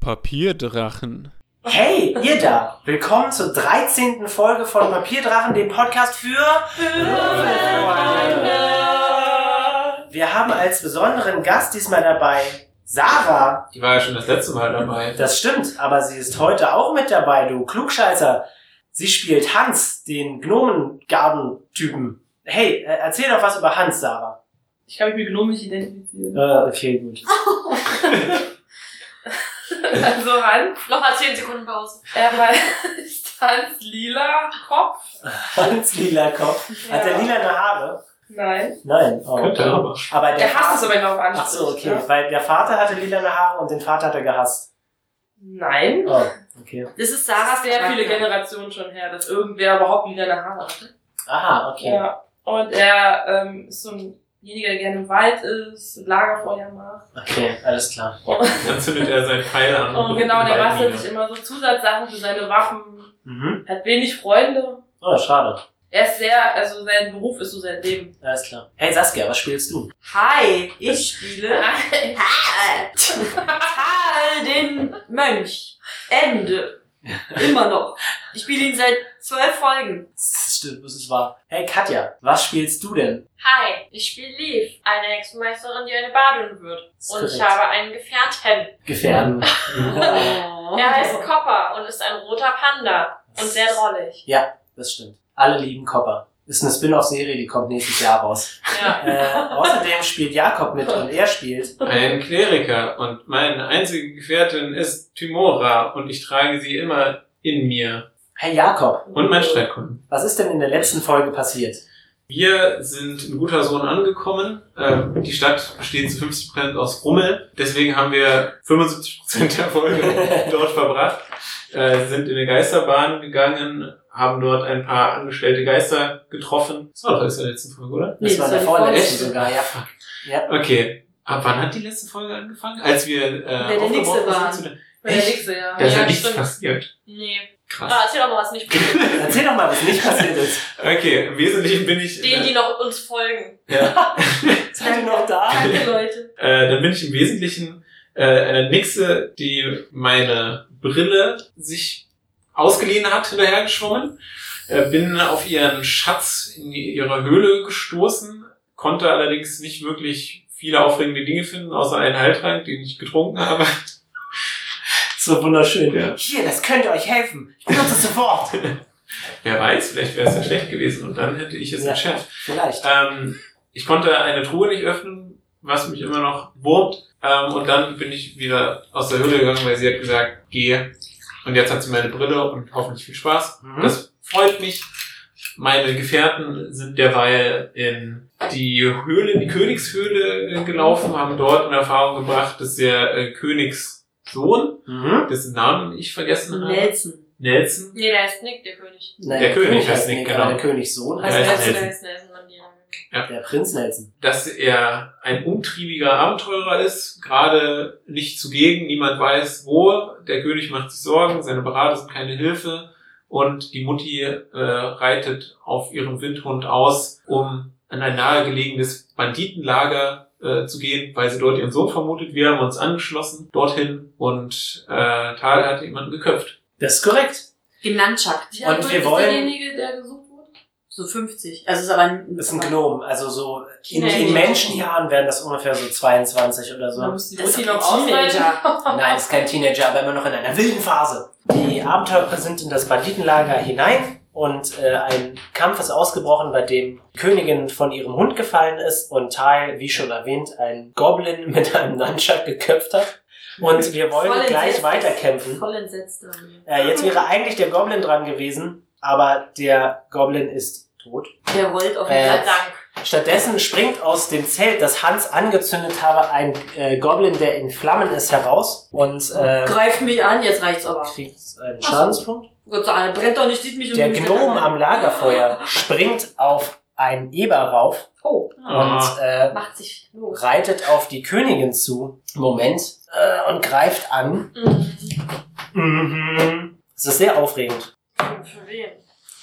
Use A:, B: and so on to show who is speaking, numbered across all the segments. A: Papierdrachen.
B: Hey, ihr da! Willkommen zur 13. Folge von Papierdrachen, dem Podcast für. Wir haben als besonderen Gast diesmal dabei Sarah.
C: Die war ja schon das letzte Mal dabei.
B: Das stimmt, aber sie ist heute auch mit dabei, du Klugscheißer. Sie spielt Hans, den Gnomengarden-Typen. Hey, äh, erzähl doch was über Hans, Sarah.
D: Ich kann mich mit Gnomen nicht identifizieren.
B: Äh, okay, gut.
D: also Hans,
E: Nochmal 10 Sekunden Pause.
D: er heißt Hans Lila Kopf.
B: Hans lila Kopf. Hat der
D: Ja.
B: lila eine Haare?
D: Nein.
B: Nein. Oh.
C: Könnte aber.
B: Aber der,
D: Er hasst es
B: Vater-
D: aber genau auf Anspruch.
B: Ach so, okay. Weil der Vater hatte lilane Haare und den Vater hat er gehasst.
D: Nein.
B: Oh, okay.
E: Das ist
D: Das ist
E: Sarahs
D: sehr viele
E: Charakter.
D: Generationen schon her, dass irgendwer überhaupt lila eine Haare hatte.
B: Aha, okay.
D: Ja. Und er ähm, ist so einjeniger, der gerne im Wald ist, Lagerfeuer macht.
B: Okay, alles klar.
C: Dann zündet er seinen Pfeil an.
D: Und genau, der
C: bringt ihn bei
D: bastelt
C: mir.
D: sich immer so Zusatzsachen für seine Waffen.
B: Mhm.
D: Hat wenig Freunde.
B: Oh, schade.
D: Er ist sehr, also sein Beruf ist so sein Leben.
B: Alles klar. Hey Saskia, was spielst du?
E: Hi, ich spiele Karl den Mönch. Ende. Immer noch. Ich spiele ihn seit zwölf Folgen.
B: Das stimmt, das ist wahr. Hey Katja, was spielst du denn?
F: Hi, ich spiele Leaf, eine Hexenmeisterin, die eine Badin wird.
B: Ist
F: Und
B: korrekt.
F: ich habe einen Gefährten.
B: Gefährden.
E: Oh.
F: Er heißt Copper und ist ein roter Panda und sehr drollig.
B: ja, das stimmt. Alle lieben Copper. Ist eine Spin-off-Serie, die kommt nächstes Jahr raus.
F: Ja.
B: Äh, außerdem spielt Jakob mit und er spielt.
C: Ein Kleriker und meine einzige Gefährtin ist Timora und ich trage sie immer in mir.
B: Hey Jakob,
C: Und mein Streitkunden.
B: was ist denn in der letzten Folge passiert?
C: Wir sind in guter Sohn angekommen. Ähm, die Stadt besteht zu 50% aus Rummel. Deswegen haben wir 75% der Folge dort verbracht. Äh, sind in eine Geisterbahn gegangen, haben dort ein paar angestellte Geister getroffen. Das war doch jetzt in der letzten Folge, oder?
B: Das
D: Nee,
B: war
D: das
B: der
D: war die
C: vorletzte.
B: vorletzte sogar, ja. Ja.
C: Okay. Ab wann hat die letzte Folge angefangen? Als wir äh,
E: der
C: aufgebrochen
E: Nächste
C: sind
E: waren.
C: zu der-
D: Bei der
C: Echt?
D: nächste, ja.
C: Da ist ja,
D: ja,
C: nichts
D: stimmt.
C: passiert.
F: Nee. Ah,
C: Krass.
F: erzähl doch mal, was nicht passiert.
B: Erzähl doch mal, was nicht passiert ist.
C: Okay, im Wesentlichen bin ich. äh,
F: Denen, die noch uns folgen.
C: ja,
B: Seid ihr noch da?
E: Danke, Leute.
C: äh, dann bin ich im Wesentlichen äh, eine Nixe, die meine Brille sich ausgeliehen hat, hinterhergeschwommen. Äh, bin auf ihren Schatz in ihrer Höhle gestoßen, konnte allerdings nicht wirklich viele aufregende Dinge finden, außer einen Heiltrank, den ich getrunken habe.
B: So wunderschön.
C: Ja.
B: Hier, das könnte euch helfen. Ich benutze es sofort.
C: Wer weiß, vielleicht wäre es ja schlecht gewesen und dann hätte ich es
B: Ja.
C: geschafft.
B: Vielleicht.
C: Ähm, ich konnte eine Truhe nicht öffnen, was mich immer noch wurmt. Ähm, und dann bin ich wieder aus der Höhle gegangen, weil sie hat gesagt, geh. Und jetzt hat sie meine Brille und hoffentlich viel Spaß.
B: Mhm.
C: Das freut mich. Meine Gefährten sind derweil in die Höhle, in die Königshöhle äh, gelaufen, haben dort in Erfahrung gebracht, dass der äh, Königssohn,
B: Mhm.
C: dessen Namen ich vergessen habe,
E: Nelson.
C: Nelson,
F: Nee, der ist Nick, der König.
B: Nein,
C: Der König heißt
B: nicht,
C: Nick,
B: aber
C: genau.
B: Der Königssohn heißt
C: Ja,
F: der
C: ist
F: ist
B: Nelson.
C: Nelson.
F: Nelson, Nelson Mandela.
B: Der Prinz Nelson.
C: dass er ein umtriebiger Abenteurer ist, gerade nicht zugegen, niemand weiß wo, der König macht sich Sorgen, seine Berater sind keine Hilfe und die Mutti äh, reitet auf ihrem Windhund aus, um an ein nahegelegenes Banditenlager äh, zu gehen, weil sie dort ihren Sohn vermutet. Wir haben uns angeschlossen dorthin und äh, Tal hat jemanden geköpft.
B: Das ist korrekt.
E: Genanntschakt.
B: Und wir wollen-
D: Ist derjenige, der gesucht wurde?
E: So 50. Also es ist aber ein,
B: Das ist ein Gnom. Also so in,
F: Teenager.
B: in Menschenjahren wären das ungefähr so 22 oder
D: Also, Da
B: so.
D: muss die
E: Das ist
D: Mutti
E: doch
D: noch
E: ein Teenager.
D: ausreiten.
B: Nein, ist kein Teenager, aber immer noch in einer wilden Phase. Die Abenteurer sind in das Banditenlager hinein und äh, ein Kampf ist ausgebrochen, bei dem die Königin von ihrem Hund gefallen ist und Tal, wie schon erwähnt, einen Goblin mit einem Nunchuck geköpft hat. Und wir wollen
E: Voll
B: gleich
E: entsetzt.
B: weiterkämpfen.
E: voll entsetzt darüber.
B: Äh, jetzt wäre eigentlich der Goblin dran gewesen, aber der Goblin ist tot.
E: Der rollt auf den
B: Äh,
E: Platz.
F: Dank.
B: Stattdessen springt aus dem Zelt, das Hans angezündet habe, ein äh, Goblin, der in Flammen ist, heraus und
E: Oh
B: äh,
E: Greift mich an, jetzt reicht's aber.
B: kriegt einen Schadenspunkt.
E: Gott sei Dank, brennt doch nicht, sieht mich und
B: Der
E: mich nicht
B: Gnom
E: an.
B: am Lagerfeuer springt auf einen Eber rauf
E: Oh,
C: Ah.
B: und äh,
E: macht sich los.
B: reitet auf die Königin zu. Moment. Äh, und greift an.
F: Mhm.
B: Mhm. Das ist sehr aufregend
F: Für wen?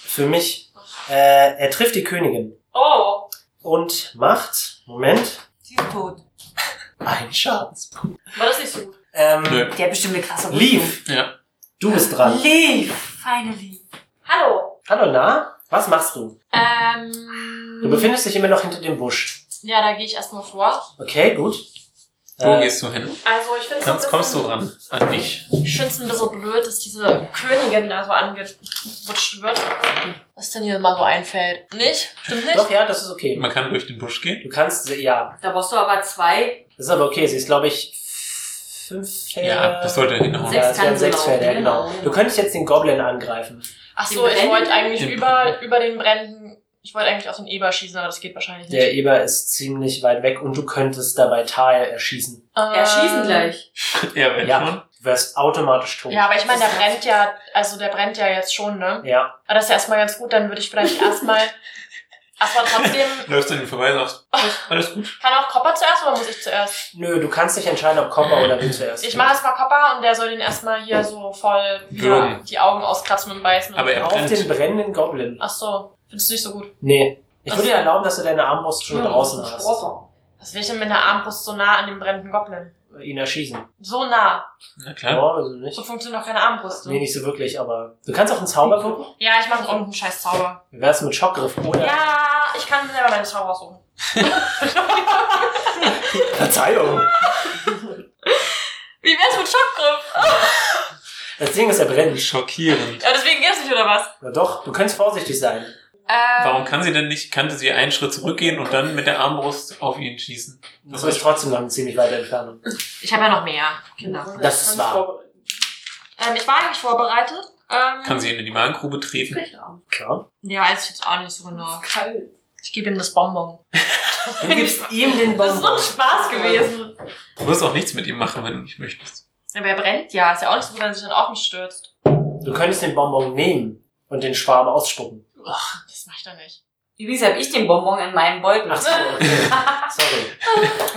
B: für mich. Äh, er trifft die Königin.
F: Oh,
B: und macht, Moment,
E: Sie ist tot.
B: einen Schadenspunkt.
F: war das nicht so gut?
B: Ähm,
C: Nö.
E: Der hat bestimmt eine krasse
B: Leaf.
C: Ja.
B: Du bist dran.
E: Leaf. Finally.
F: Hallo.
B: Hallo, na? Was machst du?
F: Ähm.
B: Du befindest dich immer noch hinter dem Busch.
F: Ja, da gehe ich erstmal vor.
B: Okay, gut.
C: Wo
B: Äh,
C: gehst du hin?
F: Also ich finde
C: Sonst kommst du ran an mich.
F: Ich finde es ein bisschen blöd, dass diese Königin da so angerutscht wird. Was denn hier mal so einfällt? Nicht? Stimmt nicht?
B: Doch, ja, das ist okay.
C: Man kann durch den Busch gehen.
B: Du kannst, ja.
E: Da brauchst du aber zwei.
B: Das ist aber okay. Sie ist, glaube ich, fünf Pferde.
C: Ja, das sollte hinhauen.
E: Sechs
B: Ja, es wären
E: kann sie
B: sechs
E: auch.
B: Pferde,
E: Genau.
B: genau. Du könntest jetzt den Goblin angreifen.
F: Ach
E: Den
F: so, ich
E: brennenden?
F: wollte eigentlich
C: Den
F: über, über den brennenden. Ich wollte eigentlich auf den Eber schießen, aber das geht wahrscheinlich nicht.
B: Der Eber ist ziemlich weit weg und du könntest dabei Tal erschießen.
E: Äh,
F: Ähm,
E: Erschießen gleich.
C: Ja, wenn
B: Ja.
C: Äh, schon.
B: Du wärst automatisch tot.
F: Ja, aber ich meine, der brennt ja, also der brennt ja jetzt schon, ne?
B: Ja.
F: Aber das ist ja erstmal ganz gut, dann würde ich vielleicht erstmal. Erstmal trotzdem.
C: Läufst du an ihm vorbei und sagst, alles gut.
F: Kann auch Copper zuerst oder muss ich zuerst?
B: Nö, du kannst dich entscheiden, ob
C: Äh,
B: Copper oder du zuerst.
F: Ich mache erstmal Copper und der soll den erstmal hier so voll wieder
C: Würgen.
F: die Augen auskratzen und beißen.
C: Aber er-
B: Auf den brennenden Goblin.
F: Ach so, findest du nicht so gut.
B: Nee. Ich
F: Ach
B: würde
F: so.
B: dir erlauben, dass du deine Armbrust schon
E: Ja,
B: draußen
E: das ist ein
B: hast.
E: Sportler.
F: Was will ich denn mit einer Armbrust so nah an dem brennenden Goblin?
B: Ihn erschießen.
F: So nah.
C: Na
B: Ja.
C: klar.
B: also nicht.
F: So funktioniert doch keine Armbrust.
B: Nee, nicht so wirklich, aber. Du kannst auch einen Zauber gucken.
F: Ja, ich mache irgendeinen scheiß Zauber.
B: Wie wär's mit Schockgriff oder?
F: Ja, ich kann mir selber meine Zauber aussuchen.
B: Verzeihung.
F: Wie wär's mit Schockgriff?
B: Das Ding ist, er brennt.
D: Ähm.
C: Schockierend.
F: Ja, deswegen geht's nicht, oder was?
B: Na doch, du kannst vorsichtig sein.
F: Ähm,
C: Warum kann sie denn nicht, kannte sie einen Schritt zurückgehen und dann mit der Armbrust auf ihn schießen?
B: Das ist trotzdem noch eine ziemlich weite Entfernung.
F: Ich habe ja noch mehr. Genau.
B: Das ist wahr.
F: Ähm, ich war eigentlich vorbereitet. Ähm,
C: Kann sie ihn in die Magengrube treten?
B: Klar.
F: Ja, weiß ich jetzt auch nicht so genau.
D: Kalt.
F: Ich gebe ihm das Bonbon.
B: Du gibst ihm den
F: Das ist
B: Bonbon.
F: doch Spaß gewesen.
C: Du wirst auch nichts mit ihm machen, wenn du nicht möchtest.
F: Aber er brennt ja. Ist ja auch nicht so gut, wenn er sich dann auf mich stürzt.
B: Du könntest den Bonbon nehmen und den Schwarm ausspucken.
F: Das mach ich doch nicht.
E: Übrigens habe ich den Bonbon in meinem Beutel.
B: Ach so, okay. Sorry.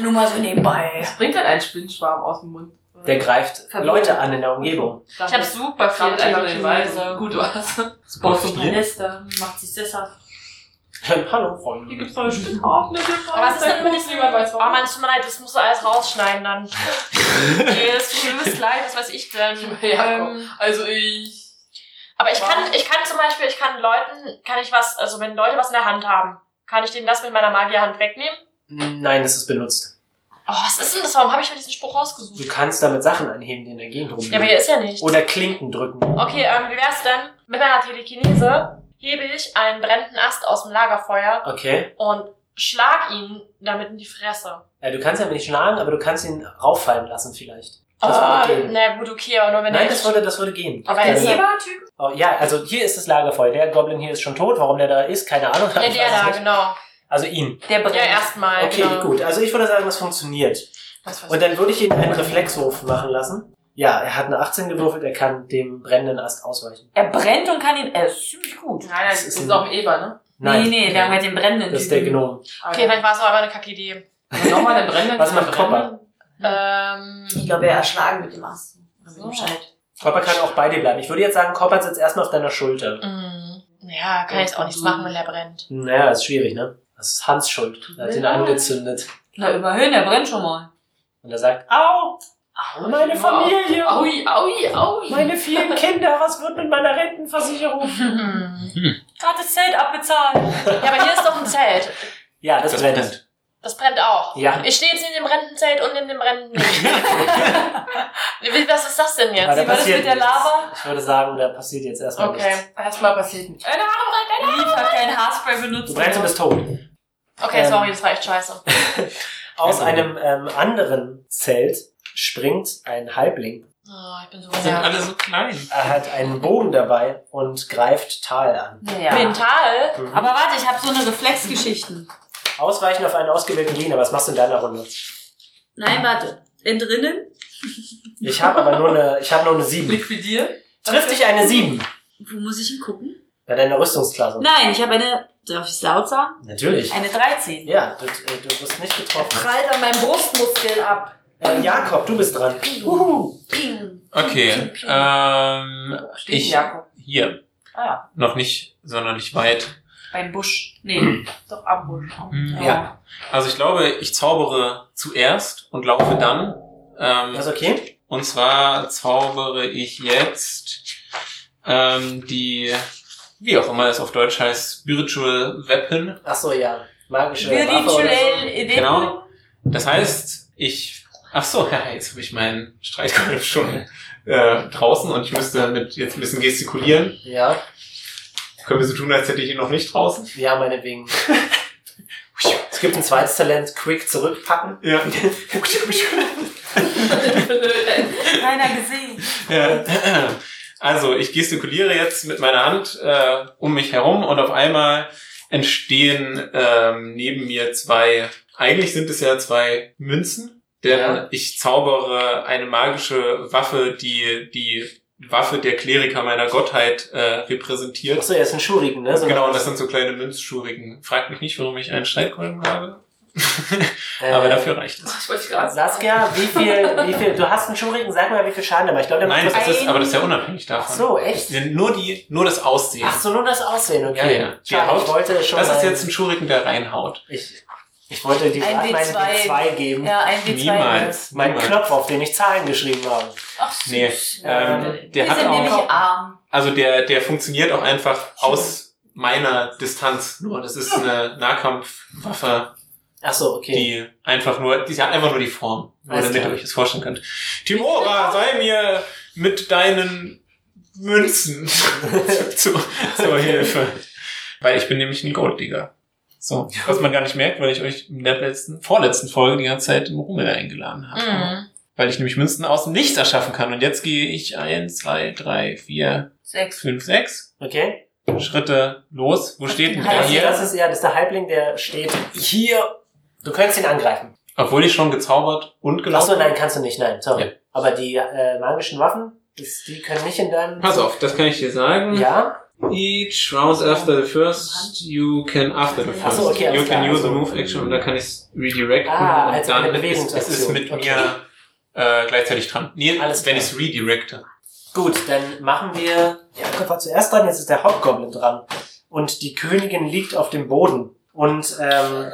E: Nur mal so nebenbei.
D: Das bringt halt einen Spinnenschwarm aus dem Mund.
B: Der greift Leute an in der Umgebung.
F: Ich habe super
D: Kramt
F: viel
D: einfach den Wald.
F: Telekinese.
D: Gut war's.
C: Das
E: Paläster. ähm, Macht sich sesshaft.
B: Hallo,
D: Hier
B: Freunde.
D: gibt's neue Spinnenarten.
F: Aber was ist denn mit diesem...
D: niemand weiß
F: Oh
D: warum.
F: Mann, es tut mir leid, das musst du alles rausschneiden dann. nee, das tut mir übelst leid, was weiß ich denn.
D: Ja, komm.
F: ähm,
D: Also ich...
F: aber ich kann, ich kann zum Beispiel, ich kann Leuten, kann ich was, also wenn Leute was in der Hand haben, kann ich denen das mit meiner Magierhand wegnehmen?
B: Nein, es ist benutzt.
F: Oh, was ist denn das? Warum habe ich mir diesen Spruch
B: Du
F: rausgesucht?
B: kannst damit Sachen anheben, die in der Gegend
F: Ja, aber hier
B: rumliegen.
F: ist ja nicht.
B: Oder Klinken drücken.
F: Okay, ähm, wie wär's denn? Mit meiner Telekinese hebe ich einen brennenden Ast aus dem Lagerfeuer
B: Okay.
F: und schlag ihn damit in die Fresse.
B: Ja, du kannst ja nicht schlagen, aber du kannst ihn rauffallen lassen vielleicht. Das
F: Ah,
B: würde gehen.
F: na gut, okay, aber nur wenn
B: Nein,
F: er-
B: das würde, das würde gehen.
F: Aber
B: Also-
F: er ist ja
E: Ebertyp?
B: Oh, ja, also hier ist das Lagerfeuer. Der Goblin hier ist schon tot. Warum der da ist, keine Ahnung.
F: der,
B: Ich weiß es
F: da,
B: nicht.
F: genau.
B: Also ihn.
E: Der brennt.
F: Ja, erstmal.
B: Okay,
F: genau.
B: gut. Also ich würde sagen, das funktioniert.
F: Was weiß
B: Und dann würde ich ihn einen Reflexwurf machen lassen. Ja, er hat eine 18 gewürfelt. Er kann dem brennenden Ast ausweichen.
E: Er brennt und kann ihn. Er ist ziemlich gut.
D: Nein,
B: Das
D: das
B: ist
D: ist,
B: ein-
D: auch ein Eber, ne?
B: Nein.
E: Nee, nee, wir haben halt den brennenden
B: Das ist der
E: Typen.
B: Gnome.
F: ich. Okay, vielleicht war es auch aber eine kacke Idee.
D: Nochmal den brennenden.
B: Was macht
D: Brennenden?
B: Hm.
F: Ähm,
E: Ich glaube, er erschlagen mit dem Ast. Mit dem
F: So.
E: Scheit.
B: Copper kann auch bei dir bleiben. Ich würde jetzt sagen, Copper sitzt erstmal auf deiner Schulter.
F: mh, mm, ja, kann jetzt auch nichts machen, wenn er brennt.
B: Naja, ist schwierig, ne? Das ist Hans Schuld. Er hat ihn angezündet.
E: Na, überhöhen, er brennt schon mal.
B: Und er sagt, au,
D: Au,
B: meine Familie,
D: Aui, aui, aui.
B: meine vielen Kinder, was wird mit meiner Rentenversicherung?
F: Hm.
E: Gerade das Zelt abbezahlt.
F: Ja, aber hier ist doch ein Zelt.
B: Ja, das,
C: Das
B: brennt.
C: brennt.
F: Das brennt auch.
B: Ja.
F: Ich stehe jetzt neben dem brennenden Zelt und neben dem brennenden Wie- Was ist das denn
B: Aber
F: jetzt?
B: da
E: Wie war das
B: passiert
E: mit der
B: nichts.
E: Lava?
B: Ich würde sagen, da passiert jetzt erstmal nichts.
F: Okay.
D: Erstmal passiert nichts.
F: Äh, na,
E: Lief hat kein Haarspray benutzt.
B: Du brennst und bist tot.
F: Okay,
B: Ähm.
F: sorry, das war echt scheiße.
B: Aus
C: Ja.
B: einem ähm, anderen Zelt springt ein Halbling.
F: Oh, ich bin so
C: Sind
F: genervt.
C: alle so klein.
B: Er hat einen Bogen dabei und greift Tal an.
E: Naja.
F: Mental?
B: Mhm.
E: Aber warte, ich habe so eine Reflexgeschichten.
B: Ausweichen auf einen ausgewählten Gegner. Was machst du in deiner Runde?
E: Nein, warte. In drinnen?
B: Ich habe aber nur eine, ich habe nur eine 7.
D: Liquidieren.
B: Trifft dich eine 7
E: Wo muss ich ihn gucken?
B: bei deiner Rüstungsklasse.
E: Nein, ich habe eine. Darf ich laut sagen?
B: Natürlich.
E: Eine 13.
B: Ja, du, äh, du wirst nicht getroffen.
E: Prallt an meinem Brustmuskel ab.
B: Äh, Jakob, du bist dran. Uhu.
E: Ping.
C: Okay. Ähm,
D: Steht
C: ich
D: Jakob.
C: hier.
D: Ah ja,
C: Noch nicht, sondern nicht weit. Hm.
E: Beim Busch. Nee.
D: doch am Busch.
C: Mhm.
B: Ja.
C: Also ich glaube, ich zaubere zuerst und laufe dann. Ähm,
B: Das ist okay.
C: Und zwar zaubere ich jetzt ähm, die, wie auch immer das auf Deutsch heißt, Spiritual Weapon.
B: Ach so, ja. Magische Waffe oder so.
E: Spirituell Event.
C: Genau. Das heißt, ich. Ach so, ja, jetzt habe ich meinen Streitkolb schon äh, draußen und ich müsste mit jetzt ein bisschen gestikulieren.
B: Ja,
C: Können wir so tun, als hätte ich ihn noch nicht draußen.
B: ja, meinetwegen. es gibt ein zweites Talent, Quick zurückpacken.
C: Ja.
E: Keiner gesehen.
C: Ja. Äh, Also, ich gestikuliere jetzt mit meiner Hand äh, um mich herum und auf einmal entstehen ähm, neben mir zwei, eigentlich sind es ja zwei Münzen, denn
B: Ja.
C: ich zaubere eine magische Waffe, die die Waffe der Kleriker meiner Gottheit äh, repräsentiert.
B: Ach so, er ist ein Schuriken, ne? So
C: genau, und das sind so kleine Münzschurigen. Fragt mich nicht, warum ich einen Streitkolben habe,
B: äh,
C: aber dafür reicht es.
D: Ach, ich wollte gerade sagen.
B: Saskia, wie viel, wie viel, du hast einen Schuriken, sag mal, wie viel Schaden, aber ich glaube, der
C: Nein,
B: macht
C: das ist,
B: ein-
C: aber das ist ja unabhängig
B: Ach
C: davon.
B: so, echt?
C: Denn nur die, nur das Aussehen.
B: Ach so, nur das Aussehen, okay.
C: Ja, ja. Die
B: Schade, ich
C: Haut-
B: wollte schon
C: Das ist
B: ein-
C: jetzt ein Schuriken, der reinhaut.
B: ich, ich wollte die
E: Ein
B: Frage meine
E: W2.
B: B2 geben.
E: Ja, ein W2.
C: Niemals.
B: Mein
C: Niemals.
B: Knopf, auf den ich Zahlen geschrieben habe.
E: Ach, süß.
C: Nee, ähm, der
E: Wir
C: hat
E: sind nämlich
C: auch,
E: arm.
C: also der, der funktioniert auch einfach aus meiner Distanz nur. Das ist eine Nahkampfwaffe,
B: Ach so, okay.
C: die einfach nur, die hat einfach nur die Form. Nur
B: Alles
C: damit ihr
B: klar.
C: euch das vorstellen könnt. Timora, sei mir mit deinen Münzen zu, zur Hilfe. Weil ich bin nämlich ein Golddigger. So, was man gar nicht merkt, weil ich euch in der letzten, vorletzten Folge die ganze Zeit im Rummel eingeladen habe.
F: Mhm.
C: weil ich nämlich Münzen aus dem Nichts erschaffen kann. Und jetzt gehe ich eins, zwei, drei, vier,
E: Sechs.
C: fünf, sechs
B: Okay.
C: Schritte los. Wo steht denn der
B: Also das
C: hier?
B: ist ja, das ist der Halbling, der steht hier. Du könntest ihn angreifen.
C: Obwohl ich schon gezaubert und
B: Ach so,
C: gelaufen
B: nein, kannst du nicht, nein, sorry.
C: Ja.
B: Aber die äh, magischen Waffen, das, die können nicht in deinem...
C: Pass auf, das kann ich dir sagen.
B: Ja?
C: Each round after the first, you can after the
E: Ach
C: first.
E: so,
B: okay, alles
C: you can
B: klar.
C: use a move action und da kann ich es redirecten
B: Ah,
C: und
B: als
C: dann
B: eine
C: ist es ist
B: Bewegungsaktion.
C: mit
B: Okay.
C: mir äh, gleichzeitig dran. Nee,
B: Alles
C: wenn ich
B: klar.
C: es redirecte.
B: Gut, dann machen wir... Ja, Gott war zuerst dran, jetzt ist der Hauptgoblin dran. Und die Königin liegt auf dem Boden. Und ähm,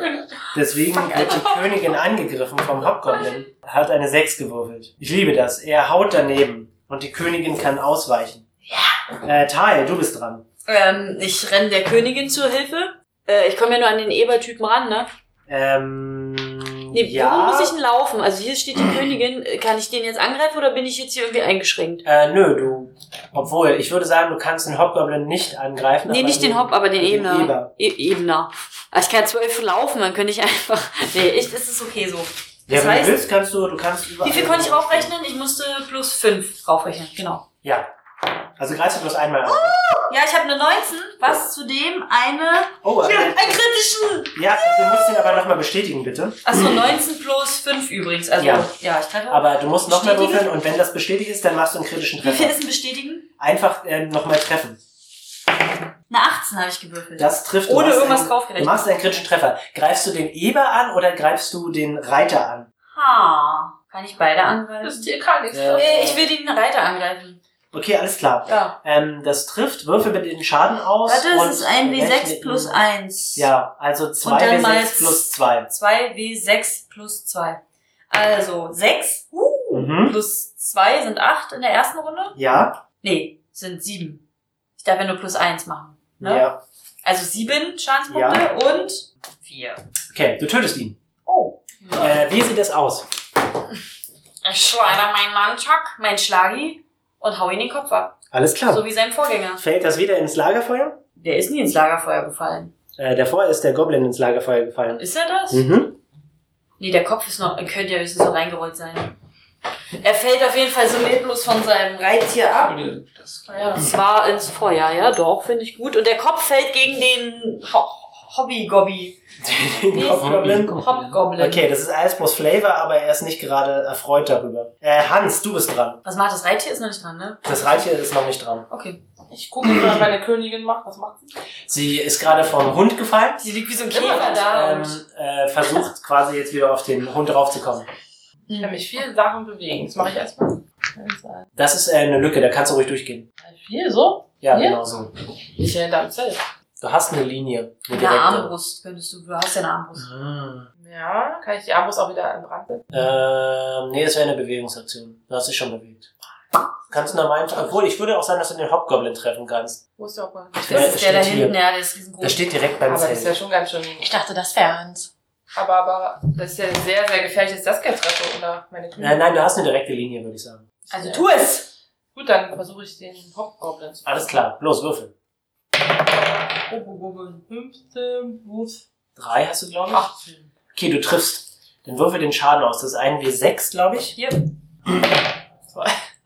B: deswegen wird die Königin angegriffen vom Hauptgoblin. Hat eine 6 gewürfelt. Ich liebe das. Er haut daneben. Und die Königin kann ausweichen. Ja. Äh, Tal, du bist dran.
E: Ähm, ich renne der Königin zur Hilfe. Äh, ich komme ja nur an den Ebertypen ran, ne?
B: Ähm,
E: Nee,
B: ja.
E: warum muss ich denn laufen? Also hier steht die Königin. Äh, Kann ich den jetzt angreifen oder bin ich jetzt hier irgendwie eingeschränkt?
B: äh, nö, du. Obwohl, ich würde sagen, du kannst den Hobgoblin nicht angreifen.
E: Nee,
B: aber
E: nicht
B: du-
E: den Hop, aber den
B: den
E: Ebner.
B: Eber.
E: E Ebner. Also ich kann zwölf laufen, dann könnte ich einfach... Nee, ich, es ist okay so.
B: Ja,
E: Das
B: wenn du
E: heißt-
B: willst, kannst du, du kannst überall.
E: Wie viel konnte ich raufrechnen? Ich musste plus fünf raufrechnen, genau.
B: Ja. Also greifst du bloß einmal an.
E: Ja, ich habe eine 19, was zudem eine...
B: Oh, aber-
E: Einen kritischen!
B: ja, du musst den aber nochmal bestätigen, bitte.
E: Achso, 19 plus 5 übrigens. Also, ja,
B: Mhm. Ja.
E: ich treffe.
B: Aber du musst nochmal
E: Bestätigen?
B: würfeln und wenn das bestätigt ist, dann machst du einen kritischen
E: Wie viel
B: Treffer.
E: ist ein Bestätigen?
B: Einfach ähm, nochmal treffen.
E: Eine 18 habe ich gewürfelt.
B: Das trifft. du
E: Ohne
B: machst
E: irgendwas
B: einen,
E: draufgerechnet.
B: Du machst einen kritischen Treffer. Greifst du den Eber an oder greifst du den Reiter an?
E: Ha. Kann ich beide angreifen?
D: Das Tier kann nichts.
B: Ja.
E: Nee, Äh, ich will den Reiter angreifen.
B: Okay, alles klar.
E: Ja.
B: Ähm, das trifft, würfel bitte den Schaden aus.
E: Warte,
B: und
E: es ist ein
B: rechne
E: W6
B: ihn-
E: plus 1.
B: Ja, also
E: Und dann
B: 2
E: mal
B: W6 plus 2.
E: 2 W6 plus 2. Also 6 uh,
B: Mhm.
E: plus 2 sind 8 in der ersten Runde.
B: Ja,
E: Nee, sind 7. Ich darf ja nur plus 1 machen. Ne?
B: ja.
E: Also 7 Schadenspunkte
B: Ja.
E: und 4.
B: Okay, du tötest ihn.
E: Oh.
B: Äh, wie sieht das aus?
E: Ich schleudere meinen Manchak, mein Schlagi und hau ihn den Kopf ab.
B: Alles klar.
E: So wie sein Vorgänger.
B: Fällt das wieder ins Lagerfeuer?
E: Der ist nie ins Lagerfeuer gefallen.
B: Äh, davor ist der Goblin ins Lagerfeuer gefallen.
E: Ist er das?
B: Mhm.
E: Nee, der Kopf ist noch, könnte ja höchstens so reingerollt sein. Er fällt auf jeden Fall so mittellos von seinem Reittier ab. Ah
C: Das
E: Ja, das war ins Feuer, ja, doch, finde ich gut. Und der Kopf fällt gegen den Ho Hobby-Gobby.
B: Den Goblin.
E: Hobgoblin.
B: Okay, das ist alles bloß Flavor, aber er ist nicht gerade erfreut darüber. Äh, Hans, du bist dran.
E: Was macht das Reittier? Ist noch nicht dran, ne?
B: Das Reittier ist noch nicht dran.
E: Okay.
D: Ich gucke, was meine Königin macht. Was macht sie?
B: Sie ist gerade vom Hund gefallen.
E: Sie liegt wie so ein
D: Immer
E: Käfer
D: noch,
E: da
B: Ähm,
E: und.
B: äh, versucht quasi jetzt wieder auf den Hund raufzukommen.
D: Ich kann mich viele Sachen bewegen. Das mache ich erstmal. Eins, zwei,
B: Das ist äh, eine Lücke, da kannst du ruhig durchgehen.
D: drei, Vier, so?
B: Ja,
D: Hier?
B: genau so.
D: Ich bin hinterm Zelt.
B: Du hast eine Linie. Eine
E: Eine
B: direkte.
E: Armbrust könntest du, du hast ja eine Armbrust.
B: Ah.
A: Ja, kann ich die Armbrust auch wieder in Brand setzen?
B: Ähm, nee, das wäre eine Bewegungsaktion. Du hast dich schon bewegt. Kannst du normal, obwohl ich würde auch sagen, dass du den Hobgoblin treffen kannst.
A: Wo ist der Opfer?
E: Das
B: Der
E: ist der da
B: steht hier.
E: hinten, ja, der ist riesengroß.
B: Das steht direkt beim
A: Aber das ist ja
B: Zelt.
A: schon ganz schön.
F: Ich dachte, das wäre Hans.
A: Aber, aber, das ist ja sehr, sehr gefährlich, dass ich das Geld treffe, oder? Meine Knie.
B: Nein, Äh, nein, du hast eine direkte Linie, würde ich sagen.
E: Also tu es!
A: Gut, dann versuche ich den Hauptgoblin zu
B: Alles klar, los, würfel.
A: Hobgoblin. 15, Wurf.
B: Drei hast du, glaube ich.
A: 18.
B: Okay, du triffst. Dann würfel den Schaden aus. Das ist ein W6, glaube ich.
A: Hier.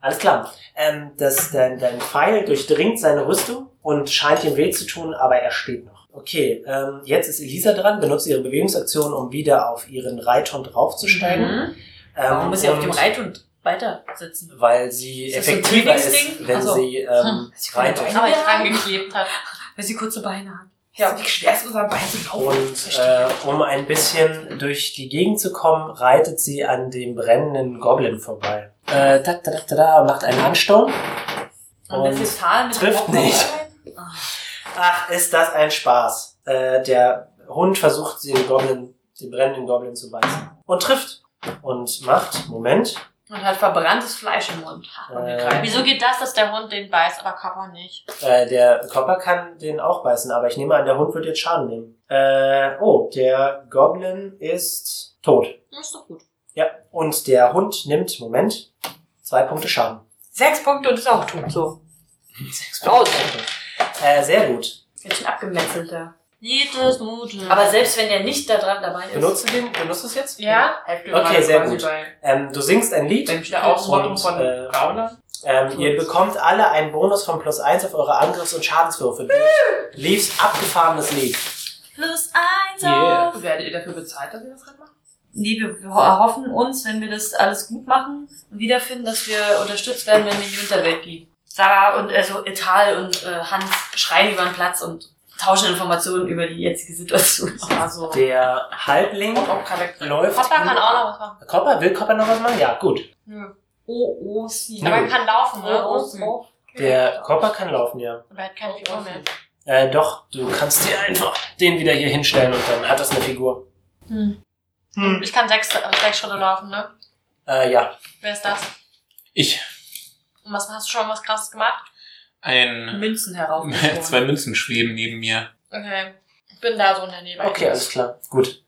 B: Alles klar. Ähm, das, dein, dein Pfeil durchdringt seine Rüstung und scheint ihm weh zu tun, aber er steht noch. Okay, ähm, jetzt ist Elisa dran, benutzt ihre Bewegungsaktion, um wieder auf ihren Reithund raufzusteigen. Ähm,
E: Mhm. Warum muss ich auf dem
B: und-
E: Reithund weiter sitzen?
B: Weil sie
E: Ist das so ein
B: effektiver ist,
E: Trainingsding?
B: wenn
E: Ach so. Hm.
B: sie ähm, reitet.
F: Aber ich angeklebt hat.
E: Weil sie kurze Beine hat.
A: Ja, wie schwer ist unser Bein zu laufen?
B: Und äh, um ein bisschen durch die Gegend zu kommen, reitet sie an dem brennenden Goblin vorbei. Äh, da, da, da, da, da, und macht einen Ansturm.
E: Und, das ist Tal mit
B: trifft
E: dem Rock-
B: nicht. Ach, ist das ein Spaß. Äh, der Hund versucht, den Goblin, den brennenden Goblin zu beißen. Und trifft. Und macht, Moment.
E: Und hat verbranntes Fleisch im Mund.
B: Äh,
F: Wieso geht das, dass der Hund den beißt, aber Kappa nicht?
B: äh, der Körper kann den auch beißen, aber ich nehme an, der Hund wird jetzt Schaden nehmen. Äh, oh, der Goblin ist tot.
F: Hm, Ist doch gut.
B: Ja, und der Hund nimmt, Moment, zwei Punkte Schaden.
E: Sechs Punkte und ist auch tot. So.
B: Aus. Äh, sehr gut.
E: Jetzt schon abgemetzelter.
F: Jedes Mute.
E: Aber selbst wenn der nicht da dran dabei ist.
B: Benutzt du den? Benutzt du es jetzt?
A: Ja, helft mir
B: Okay,
A: gerade
B: sehr
A: quasi
B: gut.
A: Bei,
B: Ähm, du singst ein Lied.
A: bei der Ausrottung
B: Und,
A: von
B: äh,
A: Gauland.
B: Ähm, ihr bekommt alle einen Bonus von plus eins auf eure Angriffs- und Schadenswürfe. Du liefst abgefahrenes Lied.
E: Plus eins
B: Yeah.
E: auf.
A: Werdet ihr dafür bezahlt, dass ihr das gerade macht?
E: Nee, wir ho- erhoffen uns, wenn wir das alles gut machen und wiederfinden, dass wir unterstützt werden, wenn wir in die Winterwelt gehen. Sarah und also Etal und äh, Hans schreien über den Platz und tauschen Informationen über die jetzige Situation.
A: Also,
B: Der Halbling
A: auch kein Wechsel.
B: läuft.
F: Papa kann auch noch was machen.
B: Kopper? Will Kopper noch was machen? Ja, gut.
F: Nö.
E: Oh, oh, sie.
F: Aber er kann laufen, ne?
E: Oh,
F: Und
E: oh,
B: Der Kopper kann laufen, ja.
F: er hat keine Figur mehr.
B: Äh, doch, du kannst dir einfach den wieder hier hinstellen und dann hat das eine Figur.
F: Hm.
B: Hm.
F: Ich kann sechs, äh, sechs Schritte laufen, ne?
B: Äh, ja.
F: Wer ist das?
C: Ich.
F: Und was hast du schon was krasses gemacht?
E: oh.
C: Ein.
E: Münzen herauf.
C: Zwei Münzen schweben neben mir.
F: Okay. Ich bin da so in der Nähe.
B: Okay, alles klar. Gut.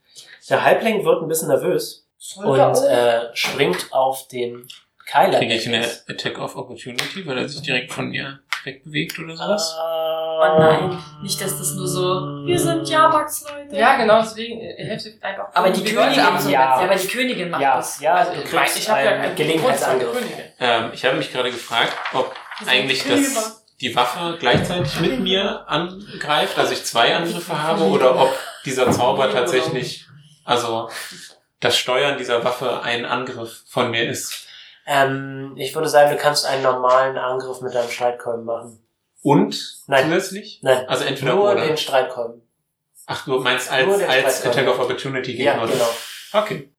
B: Der Halbling wird ein bisschen nervös und
A: Und,
B: äh, springt auf den Keiler.
C: Kriege ich eine Attack of Opportunity, weil er sich direkt von mir wegbewegt oder sowas?
B: Oh
E: nein. Nicht, dass das nur so, wir sind Jahrmarktsleute.
A: ja, genau, deswegen äh, helft ihr einfach.
B: Um
E: Aber die
A: Wir
E: Königin,
A: wollen
E: ja.
A: aber so-
B: ja.
E: aber die Königin macht
B: Ja,
E: das.
B: ja,
A: Also,
B: du
A: ich
B: kriegst
A: mein, ich hab ja
B: einen
A: keinen
B: Gelegenheitsangriff.
A: Grund, Königin.
C: Ähm, ich habe mich gerade gefragt, ob
A: Wir
C: eigentlich
A: sind Könige.
C: das, die Waffe gleichzeitig mit mir angreift, dass ich zwei Angriffe habe, oder ob dieser Zauber tatsächlich, also das Steuern dieser Waffe ein Angriff von mir ist.
B: Ähm, ich würde sagen, du kannst einen normalen Angriff mit deinem Streitkolben machen.
C: Und
B: Nein.
C: zusätzlich?
B: Nein,
C: Also entweder
B: nur
C: oder.
B: den Streitkolben.
C: Ach, du meinst
B: Nur
C: als,
B: den
C: als
B: Streitkolben.
C: Attack of Opportunity gegen
B: Ja,
C: oder?
B: genau.
C: Okay.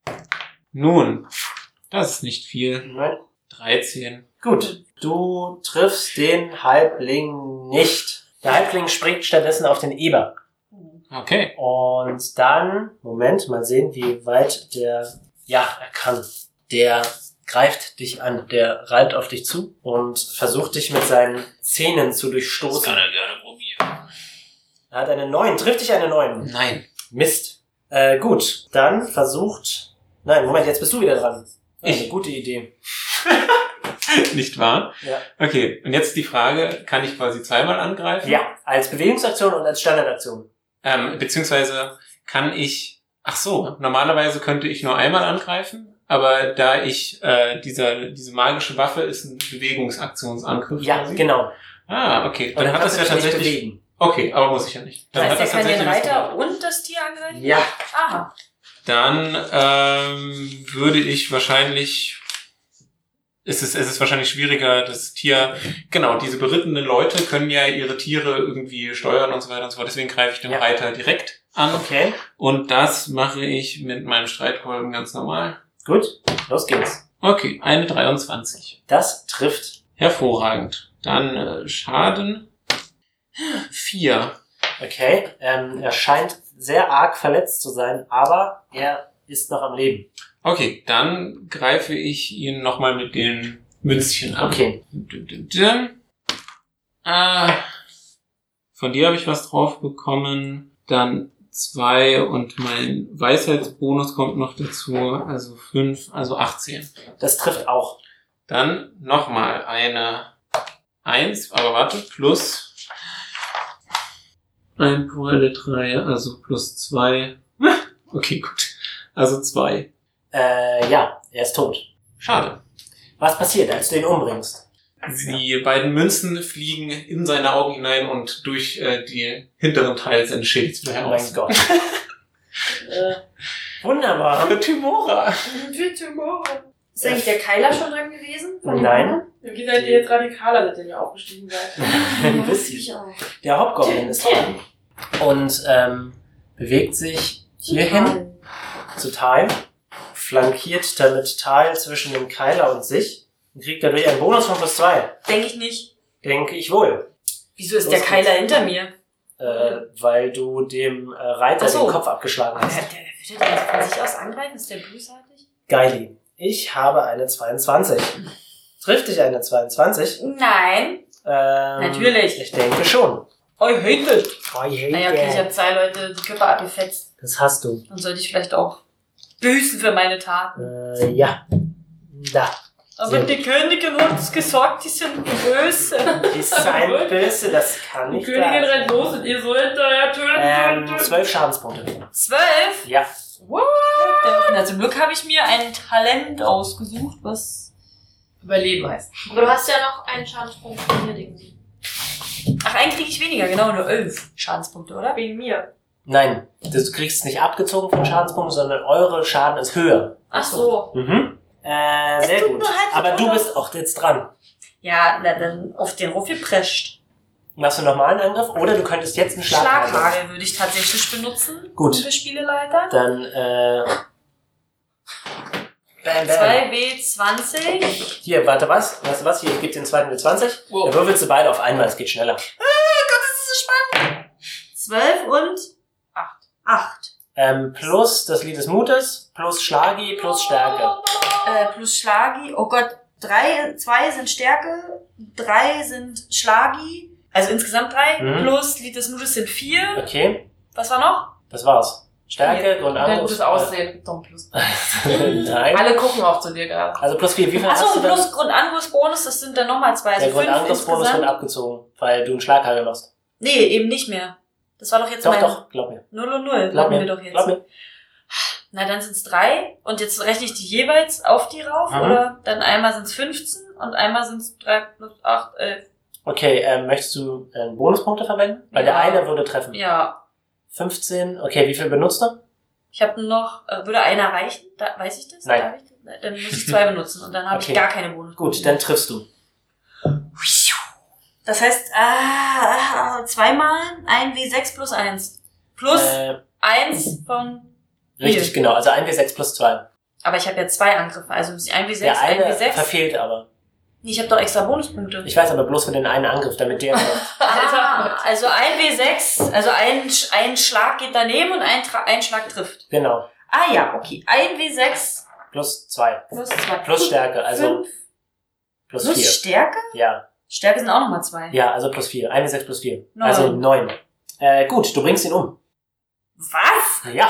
C: Nun, das ist nicht viel.
B: Nein.
C: 13.
B: genau. Gut, du triffst den Halbling nicht. Der Halbling springt stattdessen auf den Eber.
C: Okay.
B: Und dann, Moment, mal sehen, wie weit der... Ja, er kann. Der greift dich an, der reibt auf dich zu und versucht dich mit seinen Zähnen zu durchstoßen.
C: er gerne probieren.
B: Er hat einen neuen, trifft dich einen neuen.
C: Nein.
B: Mist. Äh, gut, dann versucht. Nein, Moment, jetzt bist du wieder dran.
C: Ich?
B: Eine gute Idee.
C: Nicht wahr?
B: Ja.
C: Okay, und jetzt die Frage, kann ich quasi zweimal angreifen?
B: Ja, als Bewegungsaktion und als Standardaktion.
C: Ähm, beziehungsweise kann ich, ach so, normalerweise könnte ich nur einmal angreifen, aber da ich, äh, dieser, diese magische Waffe ist ein Bewegungsaktionsangriff.
B: Ja,
C: quasi.
B: genau.
C: Ah, okay.
B: Und
C: Dann hat
B: kannst
C: das ja
B: du dich nicht
C: tatsächlich,
B: bewegen.
C: okay, aber muss ich ja nicht. Dann
E: Das
C: hat
E: heißt, er
C: das
E: kann den
C: tatsächlich was
E: Reiter
C: gebracht.
E: und das Tier angreifen?
B: Ja.
E: Aha.
C: Dann, ähm, würde ich wahrscheinlich, es ist, es ist wahrscheinlich schwieriger, das Tier, genau, diese berittenen Leute können ja ihre Tiere irgendwie steuern und so weiter und so fort, deswegen greife ich den
B: Ja.
C: Reiter direkt an.
B: Okay,
C: Und das mache ich mit meinem Streitkolben ganz normal.
B: gut. Los geht's.
C: Okay, eine 23.
B: Das trifft.
C: Hervorragend. Dann äh, Schaden. Vier.
B: Okay. Ähm, er scheint sehr arg verletzt zu sein, aber er ist noch am Leben.
C: Okay, dann greife ich ihn nochmal mit den Münzchen an.
B: Okay.
C: Düm, düm, düm. Ah, von dir habe ich was drauf bekommen. Dann zwei und mein Weisheitsbonus kommt noch dazu. Also fünf, also 18.
B: Das trifft auch.
C: Dann nochmal eine eins, aber warte, plus ein Puelle drei, also plus zwei. Okay, gut. Also zwei.
B: Äh, ja, er ist tot.
C: Schade.
B: Was passiert, als du ihn umbringst?
C: Die beiden Münzen fliegen in seine Augen hinein und durch äh, die hinteren Teil seines Schädels wieder
B: Oh
C: heraus.
B: mein Gott. äh, wunderbar.
C: Tymora!
E: Ist eigentlich der Keiler schon dran gewesen? Von dem
B: Nein.
E: anderen?
D: Wie seid ihr jetzt radikaler, seitdem ihr aufgestiegen seid?
B: Ein bisschen.
E: Ich auch.
B: Der Hauptgoblin ist dran. Und ähm, bewegt sich hierhin zu Tal, flankiert damit Tal zwischen dem Keiler und sich und kriegt dadurch einen Bonus von plus zwei.
E: Denke ich nicht.
B: Denke ich wohl.
E: Wieso ist
B: Los
E: der
B: geht's.
E: Keiler hinter mir?
B: Äh, weil du dem äh, Reiter
E: Ach so.
B: den Kopf abgeschlagen
E: Der,
B: hast.
E: der, wird der von sich aus angreifen? Ist der bösartig?
B: Geili. Ich habe eine 22. Trifft dich eine 22?
E: Nein.
B: Ähm,
E: Natürlich.
B: Ich denke schon.
E: I hate it.
B: Oh, yeah,
E: Naja, okay, ich habe zwei Leute die Körper abgefetzt.
B: Das hast du.
E: Dann sollte ich vielleicht auch büßen für meine Taten.
B: Äh, ja. Da.
E: Aber
B: Sehr
E: die Königin hat uns gesagt, die sind böse.
B: Ist ein Böse, das kann
D: Die
B: nicht
D: Königin
B: sein.
D: rennt los und ihr so hinterher töten,
B: Ähm,
D: töten, töten.
B: zwölf Schadenspunkte.
E: Zwölf?
B: Ja.
E: Na, zum Glück habe ich mir ein Talent ausgesucht, was Überleben heißt.
F: Aber du hast ja noch einen Schadenspunkt von hier, Ding.
E: Ach, einen kriege ich weniger, genau, nur elf Schadenspunkte, oder?
D: Wegen mir.
B: Nein, du kriegst es nicht abgezogen von Schadenspunkten, sondern eure Schaden ist höher.
E: Ach so.
B: Mhm. Äh,
E: Es
B: sehr
E: tut
B: gut.
E: nur halb so
B: Aber du
E: doll.
B: bist auch jetzt dran.
E: Ja, na, dann auf den Ruf geprescht.
B: Machst du normalen Angriff oder du könntest jetzt einen Schlag machen.
E: Schlaghagel würde ich tatsächlich benutzen.
B: Gut.
E: Für Spieleleiter.
B: Dann, äh. Bam, bam.
E: 2W20.
B: Hier, warte, was? Weißt du was? Hier, ich gebe den zweiten mit 20.
C: Wow.
B: Dann würfelst du beide auf einmal, es geht schneller.
E: 12 und 8.
B: Ähm, plus das Lied des Mutes, plus Schlagi, plus Stärke.
E: 8. Äh, plus Schlagi. Oh Gott, 3, 2 sind Stärke, 3 sind Schlagi. Also insgesamt 3.
B: Mhm.
E: Plus Lied des Mutes sind 4.
B: Okay,
E: Was war noch?
B: das war's. Stärke,
D: Dein
B: Grundangriff.
D: gutes Aussehen. Doch, plus.
B: Nein.
D: Alle gucken auch zu dir gerade.
B: Also plus 4, wie viel hast
E: Achso,
B: du
E: und
B: denn?
E: plus also Grundangriffsbonus, das sind dann nochmal 2.
B: Der
E: Also 5
B: Grundangriffsbonus wird
E: insgesamt.
B: abgezogen, weil du einen Schlaghagel machst.
E: Nee, eben nicht mehr. Das war doch jetzt
B: Doch,
E: mein
B: doch, glaub mir.
E: 0 und 0.
B: Glaub mir.
E: wir doch jetzt.
B: Glaub mir.
E: Na, dann sind's drei und jetzt rechne ich die jeweils auf die rauf,
B: Mhm.
E: oder? Dann einmal sind's 15 und einmal sind's 3 plus 8, 11.
B: Okay, ähm, möchtest du äh, Bonuspunkte verwenden? Weil der
E: Ja.
B: eine würde treffen.
E: Ja,
B: 15, okay, wie viel benutzt du?
E: ich habe noch, äh, würde einer reichen? Da, weiß ich das?
B: Nein.
E: Darf ich das? Nein, Dann muss ich zwei benutzen und dann habe
B: Okay.
E: ich gar keine Bonus.
B: Gut, dann triffst du.
E: Das heißt, ah, ah, zweimal ein W6 plus 1. Plus
B: Äh,
E: 1 von...
B: richtig,
E: Hier.
B: genau. Also 1w6 plus 2.
E: Aber ich habe ja zwei Angriffe, also muss ich ein W6,
B: Der
E: ein
B: eine
E: W6.
B: verfehlt aber.
E: Nee, ich habe doch extra Bonuspunkte.
B: Ich weiß aber bloß für den einen Angriff, damit der trifft.
E: Ah, also ein W6, also ein, Sch- ein Schlag geht daneben und ein, Tra- ein Schlag trifft.
B: Genau.
E: Ah ja, okay. Ein W6
B: Plus 2.
E: plus zwei.
B: Plus Stärke, also
E: Fünf.
B: plus
E: Plus
B: 4.
E: Stärke?
B: Ja.
E: Stärke sind auch nochmal zwei.
B: Ja, also plus 4. 1w6 plus 4.
E: Neun.
B: Also 9. Äh, gut, du bringst ihn um.
E: Was?
B: Ja.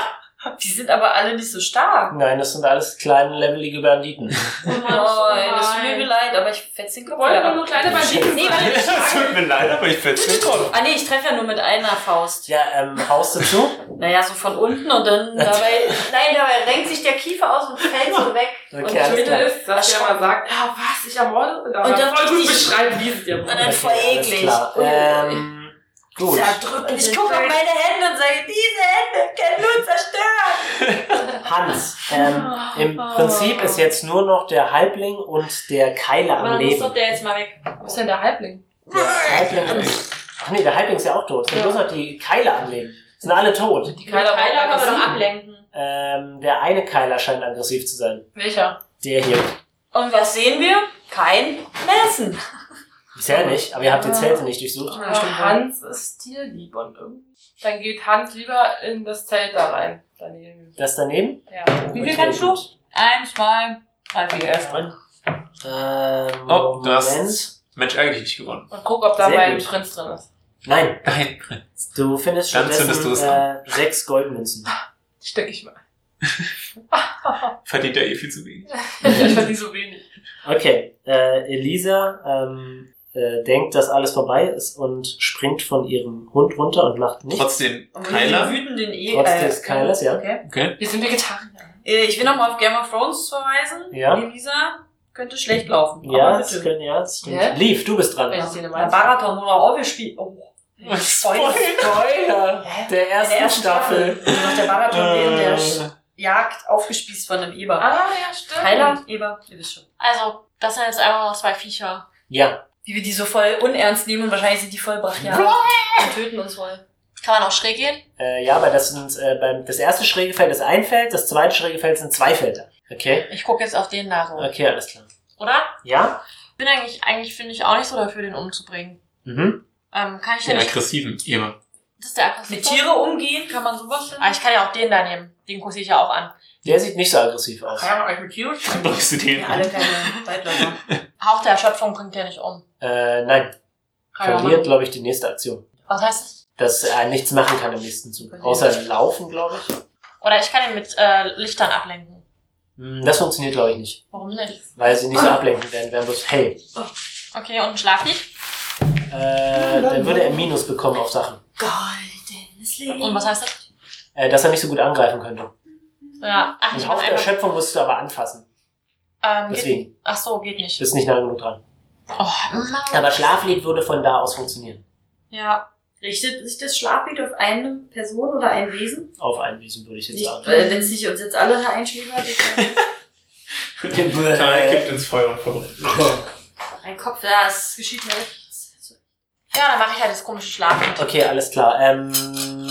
E: Die sind aber alle nicht so stark.
B: Nein, das sind alles kleine, levelige Banditen.
F: Oh
E: Nein, Oh, das tut mir
D: nein.
E: leid, aber ich fetze den Kopf
D: Wollen wir
E: wieder
D: nur
E: ab.
D: kleine Banditen
E: Nee,
D: sein?
E: warte.
C: Es tut mir leid, aber ich find's nicht toll.
E: Ah nee, ich treffe ja nur mit einer Faust.
B: Ja, ähm, haust du zu?
E: Naja, so von unten und dann dabei... Nein, dabei renkt sich der Kiefer aus und fällt so weg. Und
B: Okay,
E: Ja,
D: Das Schöne
B: alles klar.
D: ist, dass der mal sagt, ja, was, ich ermorde?
E: Und
D: dann
E: dann
D: voll gut
E: richtig-
D: beschreibt, wie sie dir
E: Und dann
B: Okay,
E: voll
B: alles
E: eklig.
B: Klar.
E: Ui.
B: Ähm, gut.
E: Und ich gucke auf meine Hände und sage, diese Hände können nur zerstören.
B: Hans, ähm,
E: Oh,
B: im Prinzip ist jetzt nur noch der Halbling und der Keiler
F: Aber
B: am
F: dann muss doch
B: Leben.
F: der jetzt mal weg.
D: Wo ist denn der Halbling?
B: Der Halbling ist, ach nee, der Halbling ist ja auch tot. Es sind
D: Ja.
B: bloß noch die Keiler am Leben. Es sind alle tot.
D: Die
F: Keiler
D: Keiler
F: können wir doch
D: aggressiv.
F: ablenken.
B: Ähm, der eine Keiler scheint aggressiv zu sein.
D: Welcher?
B: Der hier.
E: Und was sehen wir? Kein Messen.
B: Bisher nicht, aber ihr
E: Ah.
B: habt die Zelte nicht durchsucht.
A: Aber Hans ist tierlieb und irgendwie. Dann geht Hans lieber in das Zelt da rein. Daneben.
B: Das daneben?
A: Ja.
E: Wie viel kannst du? Eins, zwei, drei, vier, elf.
B: Ähm,
C: Oh, du hast-
B: Moment.
C: Mensch, eigentlich nicht gewonnen.
A: Und guck, ob da
B: Sehr
A: mein
B: gut.
A: Prinz drin ist.
B: Nein,
C: Nein.
B: du findest
C: Dann zündest
B: stattdessen
C: du es
B: äh, sechs Goldmünzen.
A: Steck ich mal.
C: Verdient er eh viel zu wenig.
A: ich verdiene so wenig.
B: Okay, äh, Elisa ähm, äh, denkt, dass alles vorbei ist und springt von ihrem Hund runter und macht nichts.
C: Trotzdem
E: Und
C: Keiler.
E: wüten den eh.
B: Trotz des Keilers, ja.
E: Okay.
C: Okay.
A: Wir sind Vegetarier.
E: Äh, Ich will nochmal auf Game of Thrones verweisen.
B: Ja.
E: Elisa könnte schlecht laufen.
B: ja,
E: aber
B: das
E: bitte.
B: können, ja, das stimmt.
A: Hä?
B: Lief, du bist dran.
A: Wenn ich den
E: Ja,
A: mal
E: Barathon oder auch, wir spielen. Oh. Spoiler.
B: Spoiler der ersten,
E: In der ersten
B: Staffel.
E: Staffel. wurde noch der Barathon während der
B: Äh.
E: Sch- Jagd aufgespießt von einem Eber.
A: Ah, ja, stimmt.
E: Heiler, Eber, ihr wisst schon.
F: Also, das sind jetzt einfach noch zwei Viecher.
B: Ja,
E: Wie wir die so voll unernst nehmen und wahrscheinlich sind die voll brachial und töten uns wohl.
F: Kann man auch schräg gehen?
B: äh, ja, aber das sind äh, beim das erste schräge Feld ist ein Feld, das zweite schräge Feld sind zwei Felder. Okay,
F: Ich gucke jetzt auf den da so.
B: okay, alles klar.
F: Oder?
B: Ja.
F: Bin eigentlich, eigentlich finde ich auch nicht so dafür, den umzubringen.
B: Mhm.
F: Ähm, kann ich den
C: Den
F: nicht.
C: aggressiven immer.
F: Das ist der aggressive.
E: Mit Tiere umgehen, kann man sowas
F: Ah, ich kann ja auch den da nehmen. Den gucke ich ja auch an.
B: Der sieht nicht so aggressiv aus.
E: Kann man euch mit Tieren
C: Dann
E: spielen?
C: drückst du den
E: Ja,
C: an.
E: alle keine Weitläufer.
F: Hauch der Erschöpfung bringt der nicht um.
B: Äh, nein,
F: Kann man
B: verliert, glaube ich, die nächste Aktion.
F: machen. Was heißt das?
B: Dass er nichts machen kann im nächsten Zug.
E: Verliert.
B: Außer laufen, glaube ich.
F: Oder ich kann ihn mit äh, Lichtern ablenken.
B: Hm, Das funktioniert, glaube ich, nicht.
F: Warum nicht?
B: Weil sie nicht so ablenken werden, werden bloß hell.
F: Okay, und ein Schlaflicht.
B: Äh, dann würde er Minus bekommen auf Sachen.
E: Goldenes Leben.
F: Und was heißt das?
B: Äh, dass er nicht so gut angreifen könnte.
F: Ja. Ach, ich
B: Den
F: kann
B: Hauch der
F: einfach.
B: Schöpfung musst du aber anfassen.
F: Ähm, geht,
B: Deswegen.
F: ach so, geht nicht.
B: Bist nicht nah genug dran.
F: Oh, Mann.
B: Aber Schlaflied würde von da aus funktionieren.
F: Ja.
E: Richtet sich das Schlaflied auf eine Person oder ein Wesen?
B: Auf ein Wesen würde ich jetzt
E: Ich,
B: sagen.
E: äh, wenn es sich uns jetzt alle einschläfert,
C: Karl kippt ins Feuer und verbrennt.
E: mein Kopf, ja, es geschieht mir nichts.
F: Ja, dann mache ich halt das komische Schlaflicht.
B: Okay, alles klar. Ähm,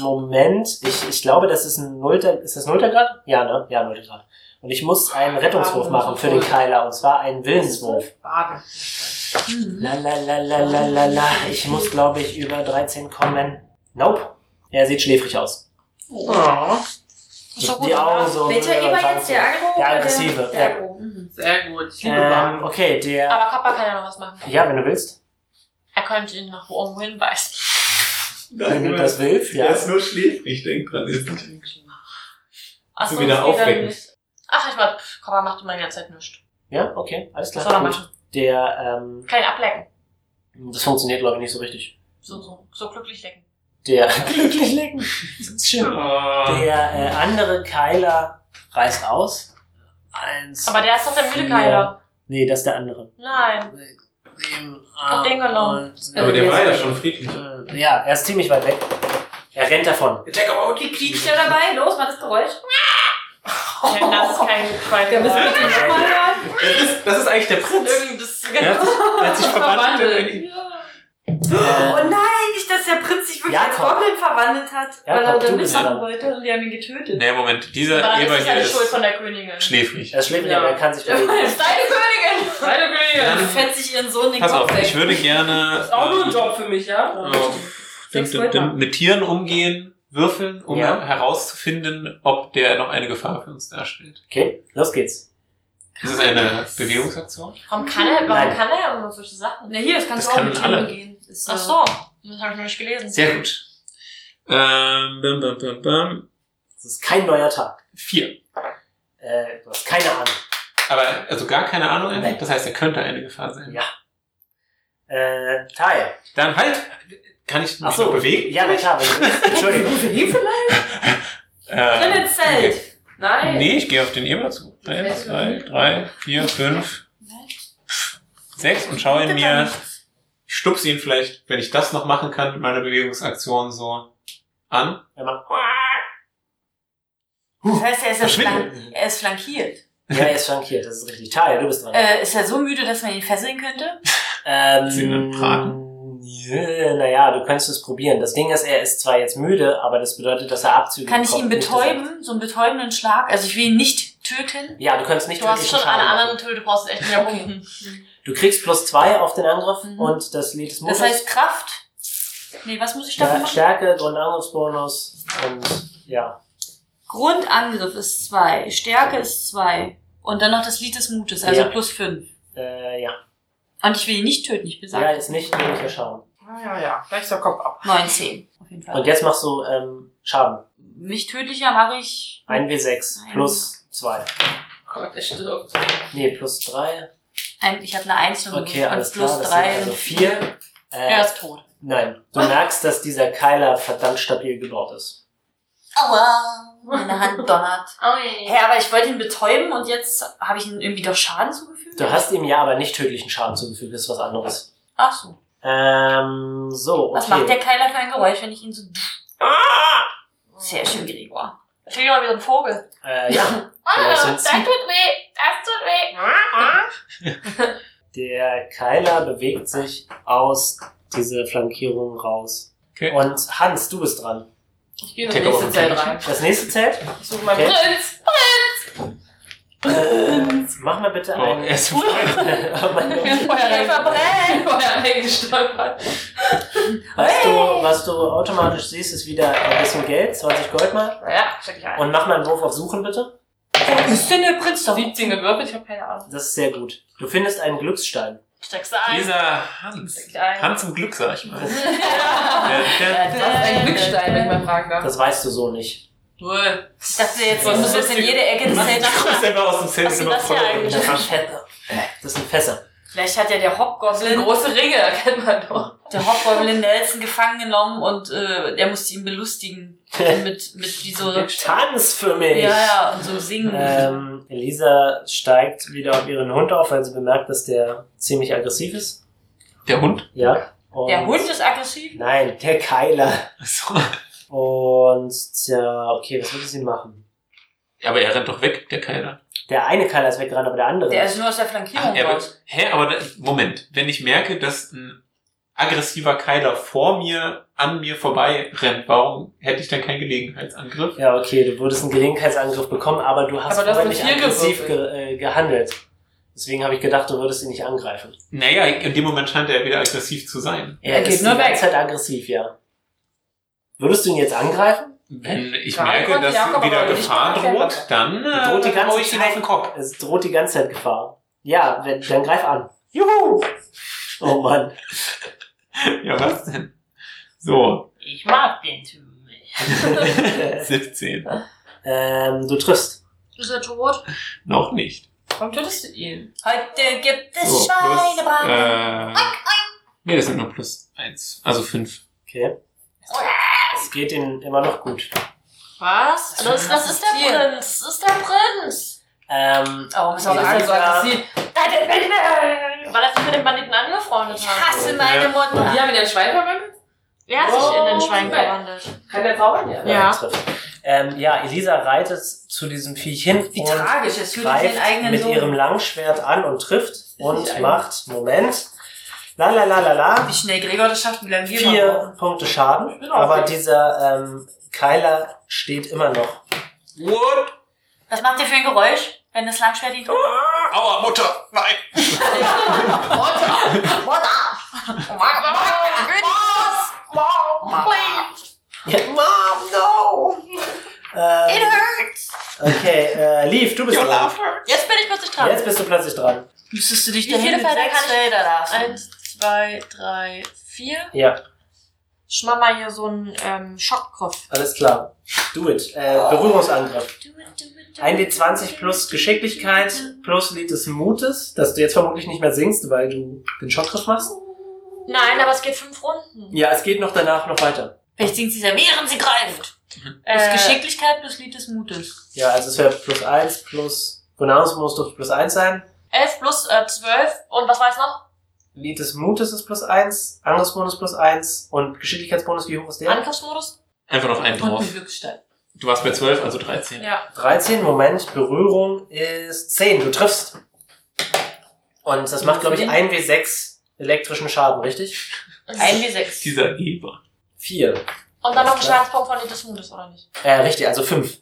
B: Moment. Ich, ich glaube, das ist ein Nullter. Ist das Nullter Grad? Ja, ne? Ja, Nullter Grad. Und ich muss einen Rettungswurf machen für den Keiler. Und zwar einen Willenswurf.
A: Baden.
B: La la la la la la la. Ich muss, glaube ich, über 13 kommen. Nope. Er sieht schläfrig aus.
A: Oh.
F: Ist doch gut,
B: Die
F: oder?
B: Augen so.
E: Welcher Eber
B: Fangen
E: jetzt?
B: zu-
E: Der Agro?
B: Der
E: oder
B: Aggressive,
E: Der,
B: ja.
E: der Agro. Mhm.
A: Sehr gut. Ich liebe
B: Ähm,
A: Baden.
B: okay, der.
F: Aber Kappa kann ja noch was machen.
B: Ja, wenn du willst.
F: Er könnte ihn noch irgendwo hinweisen.
B: Wenn du das willst, ja.
C: Er ist nur schläfrig, denk dran. Er ist nicht eingeschlafen.
F: Ach,
C: Du
F: so,
C: wieder
F: es geht dann
C: aufwecken.
F: nicht. Ach, ich mal, pff, Kappa macht immer die ganze Zeit nichts.
B: Ja, okay, alles
F: Was soll er
B: klar. Gut.
F: machen?
B: Der, ähm,
F: Kann ihn ablecken.
B: das funktioniert, glaube ich, nicht so richtig.
F: So, so, so glücklich lecken.
B: Der. Glücklich lecken. Das ist schön.
C: Ah.
B: Der äh, andere Keiler reißt aus. Eins.
F: Aber der ist doch der müde
B: vier-
F: Keiler.
B: Nee, das ist der andere.
F: Nein.
B: Sieben,
F: Doch, den genommen.
B: acht,
C: Aber der
B: neun,
C: war ja schon friedlich.
B: zehn. Äh, Ja, er ist ziemlich weit weg. Er rennt davon.
C: Attack out!
E: Wie quietscht der dabei? Los, mach das Geräusch.
F: Denn das ist kein
E: Der muss
F: Qualifikator.
C: Das ist, das ist eigentlich der Prinz. Er hat sich, er hat sich verwandelt. in-
E: Oh
B: Äh,
E: nein, nicht, dass der Prinz sich wirklich als
B: Jakob.
E: Goblin verwandelt hat, weil
B: Jakob,
E: er
B: du
E: dann
B: bist
E: mitmachen
B: dran.
E: wollte und die haben ihn getötet.
C: Nee, Moment. Dieser
F: Aber
C: Eber
F: das ist ja
C: hier
F: die Schuld
C: ist
F: von der Königin.
C: schläfrig.
B: er schläft nicht,
A: Ja.
B: aber er kann sich bewegen.
E: ist deine Königin!
A: Meine Königin.
E: Du fällst sich ihren Sohn den
C: Pass
E: Kopf
C: auf,
E: weg.
C: ich würde gerne
A: Ist auch nur ein
C: ähm,
A: Job für mich, ja?
C: auf-
E: Sechs
C: mit-
E: Leute.
C: mit Tieren umgehen, würfeln, um
B: Ja.
C: herauszufinden, ob der noch eine Gefahr für uns darstellt.
B: Okay, los geht's.
C: Ist es eine Bewegungsaktion?
F: Warum kann er, warum
B: Nein.
F: kann er immer solche Sachen?
E: Na hier, das kannst
C: Das
E: du auch
C: können
E: mit
C: alle.
E: Tieren gehen. Das Ist,
F: Ach so. Das habe ich noch nicht gelesen.
C: Sehr gut. Ähm, bam, bam, bam, bam.
B: Es ist kein neuer Tag.
C: Vier.
B: Äh, du hast keine Ahnung.
C: Aber also gar keine Ahnung.
B: Nein.
C: Das heißt, er könnte eine Gefahr sein.
B: Ja. Äh, Tai.
C: Dann halt. Kann ich mich noch bewegen?
B: Ja, na klar. Wenn du willst. Entschuldigung.
E: Für die vielleicht?
C: Äh,
E: Drin ins Zelt.
C: okay.
A: Nein.
C: Nee, ich gehe auf den Eber zu. Eins, zwei, drei, vier, fünf, sechs und schaue ihn mir. Ich stupse ihn vielleicht, wenn ich das noch machen kann, mit meiner Bewegungsaktion so an.
B: Er macht-
E: Das heißt, er ist, ja
C: Verschwinden.
E: flank- er ist flankiert.
B: Ja, er ist flankiert, das ist richtig. Tai, du bist dran.
E: Äh, ist er so müde, dass man ihn fesseln könnte?
B: Ähm, Äh,
C: Sie dann fragen?
B: ja, Naja, du könntest es probieren. Das Ding ist, er ist zwar jetzt müde, aber das bedeutet, dass er Abzüge
E: Kann ich ihn
B: bekommt, nicht, dass er-
E: betäuben? So einen betäubenden Schlag? Also ich will ihn nicht töten.
B: Ja, Mhm. du kannst nicht
E: Du hast
B: wirklich
E: schon
B: Schaden
E: alle
B: machen.
E: anderen tötet, du brauchst echt mehr Punkte.
B: Du kriegst plus zwei auf den Angriff
E: Mhm.
B: und das Lied des Mutes.
E: Das heißt Kraft. Nee, was muss ich dafür
B: ja,
E: machen?
B: Stärke, Grundangriffsbonus und ja.
E: Grundangriff ist 2, Stärke ist 2. Und dann noch das Lied des Mutes, also
B: Ja.
E: plus 5.
B: Äh, ja.
E: Und ich will ihn nicht töten, ich besage.
B: Ja, ist nicht weniger Schaden.
A: Ah, ja, ja. Gleich ist der Kopf ab.
E: 19. Auf jeden Fall.
B: Und jetzt machst du ähm, Schaden.
E: Mich tödlicher mache ich.
B: 1w6
E: Nein.
B: plus 2.
A: Gott, er stirbt.
B: Nee, plus 3.
E: Ein, ich habe eine 1 und
B: Okay,
E: und
B: alles
E: Also plus
B: klar. Das
E: 3.
B: sind also 4. Äh,
E: Er ist tot.
B: Nein, du merkst, dass dieser Keiler verdammt stabil gebaut ist.
E: Aua! Meine Hand donnert.
F: Oh
E: Hä,
G: Okay.
E: hey, aber ich wollte ihn betäuben und jetzt habe ich ihm irgendwie doch Schaden zugefügt?
B: Du hast ihm ja aber nicht tödlichen Schaden zugefügt, das ist was anderes.
E: Ach so.
B: Ähm, so, okay.
E: Was macht der Keiler für ein Geräusch, wenn ich ihn so. Ah! Sehr schön, Gregor. Da steht doch wieder ein Vogel.
B: Äh, ja. Vielleicht
G: Oh,
B: sind's-
G: das tut weh. Das tut weh.
B: Der Keiler bewegt sich aus dieser Flankierung raus.
C: Okay.
B: Und Hans, du bist dran.
A: Ich gehe in das
C: Take
A: nächste
C: over.
A: Zelt rein.
B: Das nächste Zelt.
A: Ich suche meinen
B: Okay.
A: Prinz.
B: Mach mal bitte
C: Oh,
B: einen.
C: er ist im Feuer.
B: Oh mein Gott.
A: Feuer
E: verbrennt.
A: Feuer eingestolpert.
B: was, du, was du automatisch siehst, ist wieder ein bisschen Geld, 20 Gold mal.
A: Naja, check ich ein.
B: Und mach mal einen Wurf auf Suchen bitte.
E: Wo ist denn der Prinz da?
A: 17 gewürfelt, ich habe keine Ahnung.
B: Das ist sehr gut. Du findest einen Glücksstein.
E: Steckst du ein?
C: Dieser Hans.
A: Check ich ein.
C: Hans im Glück, sag ich mal.
A: Das
F: Äh,
A: ist ein Glückstein, wenn ich mal fragen darf.
B: Das weißt du so nicht.
A: Null.
E: Ich dachte jetzt, du musst jetzt in jede Ecke des Zeltes.
C: kommst einfach aus dem Zelt
E: Was ist
C: immer
E: das hier eigentlich?
B: Das
C: voll.
B: sind Fässer. Das sind Fässer.
E: Vielleicht hat ja der Hobgoblin,
A: Große Ringe, erkennt man doch.
E: der Hobgoblin Nelson gefangen genommen und äh, der musste ihn belustigen. mit, mit wie so, ja,
B: Tanz für mich!
E: ja, und so singen.
B: Ähm, Elisa steigt wieder auf ihren Hund auf, weil sie bemerkt, dass der ziemlich aggressiv ist.
C: Der Hund?
B: Ja. Und
E: der Hund ist aggressiv.
B: Nein, der Keiler.
C: Achso.
B: Und ja, okay, was würde sie machen?
C: Aber er rennt doch weg, der Keiler.
B: Der eine Keiler ist weggerannt, aber der andere.
E: Der ist nur aus der
C: Ah,
A: Genau.
E: Flankierung
C: er
E: raus.
C: wird, hä, aber da, Moment. Wenn ich merke, dass ein aggressiver Keiler vor mir, an mir vorbei rennt, warum hätte ich dann keinen Gelegenheitsangriff?
B: ja, okay, du würdest einen Gelegenheitsangriff bekommen, aber du hast
A: Aber das
B: vorher
A: mit
B: nicht
A: vier
B: aggressiv ge äh, gehandelt. Deswegen habe ich gedacht, du würdest ihn nicht angreifen.
C: Naja, in dem Moment scheint er wieder aggressiv zu sein.
B: Er,
E: geht
B: ist
E: nur
B: die
E: weg.
B: ganze Zeit aggressiv, ja. Würdest du ihn jetzt angreifen?
C: Wenn ich
A: Ja,
C: merke,
A: Gott,
C: dass
A: Jakob,
C: wieder
A: aber
C: Gefahr
A: ich bin
C: droht, dann äh,
B: Droht die ganze
C: hau ich ihn
B: Zeit.
C: auf den Kopf.
B: Es droht die ganze Zeit Gefahr. Ja, wenn, dann greif an. Juhu! Oh Mann.
C: Ja, was denn? So,
F: Ich mag den Typen. nicht.
C: 17.
B: ähm, du triffst.
E: Ist er tot?
C: Noch nicht.
A: Warum tötest du ihn?
E: Heute gibt es
C: So, plus,
E: Schweinebraten.
C: äh, nee, das sind nur plus eins, also fünf.
B: Okay. Es geht ihm immer noch gut.
E: Was? Das, das ist der
F: Tier.
E: Prinz. Das ist der Prinz.
B: Ähm,
E: Warum Oh, ist er so
B: Ja.
E: aggressiv?
A: aggressiv.
E: Da, der Bandit! Weil er sich mit dem Banditen angefreundet
F: Ich
E: hat. hasse
C: meine
E: Mutter.
A: Die haben ihn in Schwein verwendet?
E: Er hat sich in den Schwein
A: Oh,
E: verwandelt.
A: Kann der zaubern ja?
E: Ja.
B: trifft. Ähm, ja, Elisa reitet zu diesem Viech hin
E: Wie
B: und
E: tragisch, es fühlt sich den
B: greift
E: eigenen
B: mit
E: Sohn.
B: ihrem Langschwert an und trifft
A: nicht
B: und
A: ein-
B: macht, Moment, la la la la la,
E: Wie schnell Gregor das schafft, wie lange wir
B: vier Punkte Schaden,
A: bin auch
B: aber
A: gut.
B: dieser ähm, Keiler steht immer noch.
C: What?
E: Was macht ihr für ein Geräusch, wenn das Langschwert ihn
B: Oh.
E: tut?
C: Aua, Mutter! Nein!
B: Mom, no!
E: It
B: Ähm,
E: hurts!
B: okay, äh, Leaf, du bist dran.
E: Jetzt bin ich plötzlich dran.
B: Jetzt bist du plötzlich dran.
E: Müsstest du dich
F: Wie viele Felder kann ich-
E: Felder lassen?
F: Eins, zwei, drei, vier.
B: Ja,
F: Ich mach mal hier so einen ähm, Schockkopf.
B: alles klar. Do it. Äh, Berührungsangriff. 1d20 plus Geschicklichkeit plus Lied des Mutes, dass du jetzt vermutlich nicht mehr singst, weil du den Schockgriff machst.
F: Nein, aber es geht fünf Runden.
B: Ja, es geht noch danach noch weiter.
E: Vielleicht singt sie ja, während sie greift.
F: Äh,
E: Plus Geschicklichkeit plus Lied des Mutes.
B: Ja, also es wäre plus 1 plus. Bonanus dürfte plus 1 sein.
F: elf plus äh, zwölf. Und was war es noch?
B: Lied des Mutes ist plus 1, Angriffsbonus plus 1 und Geschicklichkeitsbonus, wie hoch ist der?
F: Angriffsmodus?
C: Einfach noch einen
E: Und ein
C: drauf.
E: Glücksstein.
C: Du warst bei 12, also 13.
F: Ja.
B: 13, Moment, Berührung ist 10, du triffst. Und das macht, glaube ich, 1w6 elektrischen Schaden, richtig?
E: Ein wie sechs.
C: Dieser Geber.
B: 4.
F: Und dann noch ein Schadenspunkt von Edith Mundus, oder nicht?
B: Äh, richtig, also 5.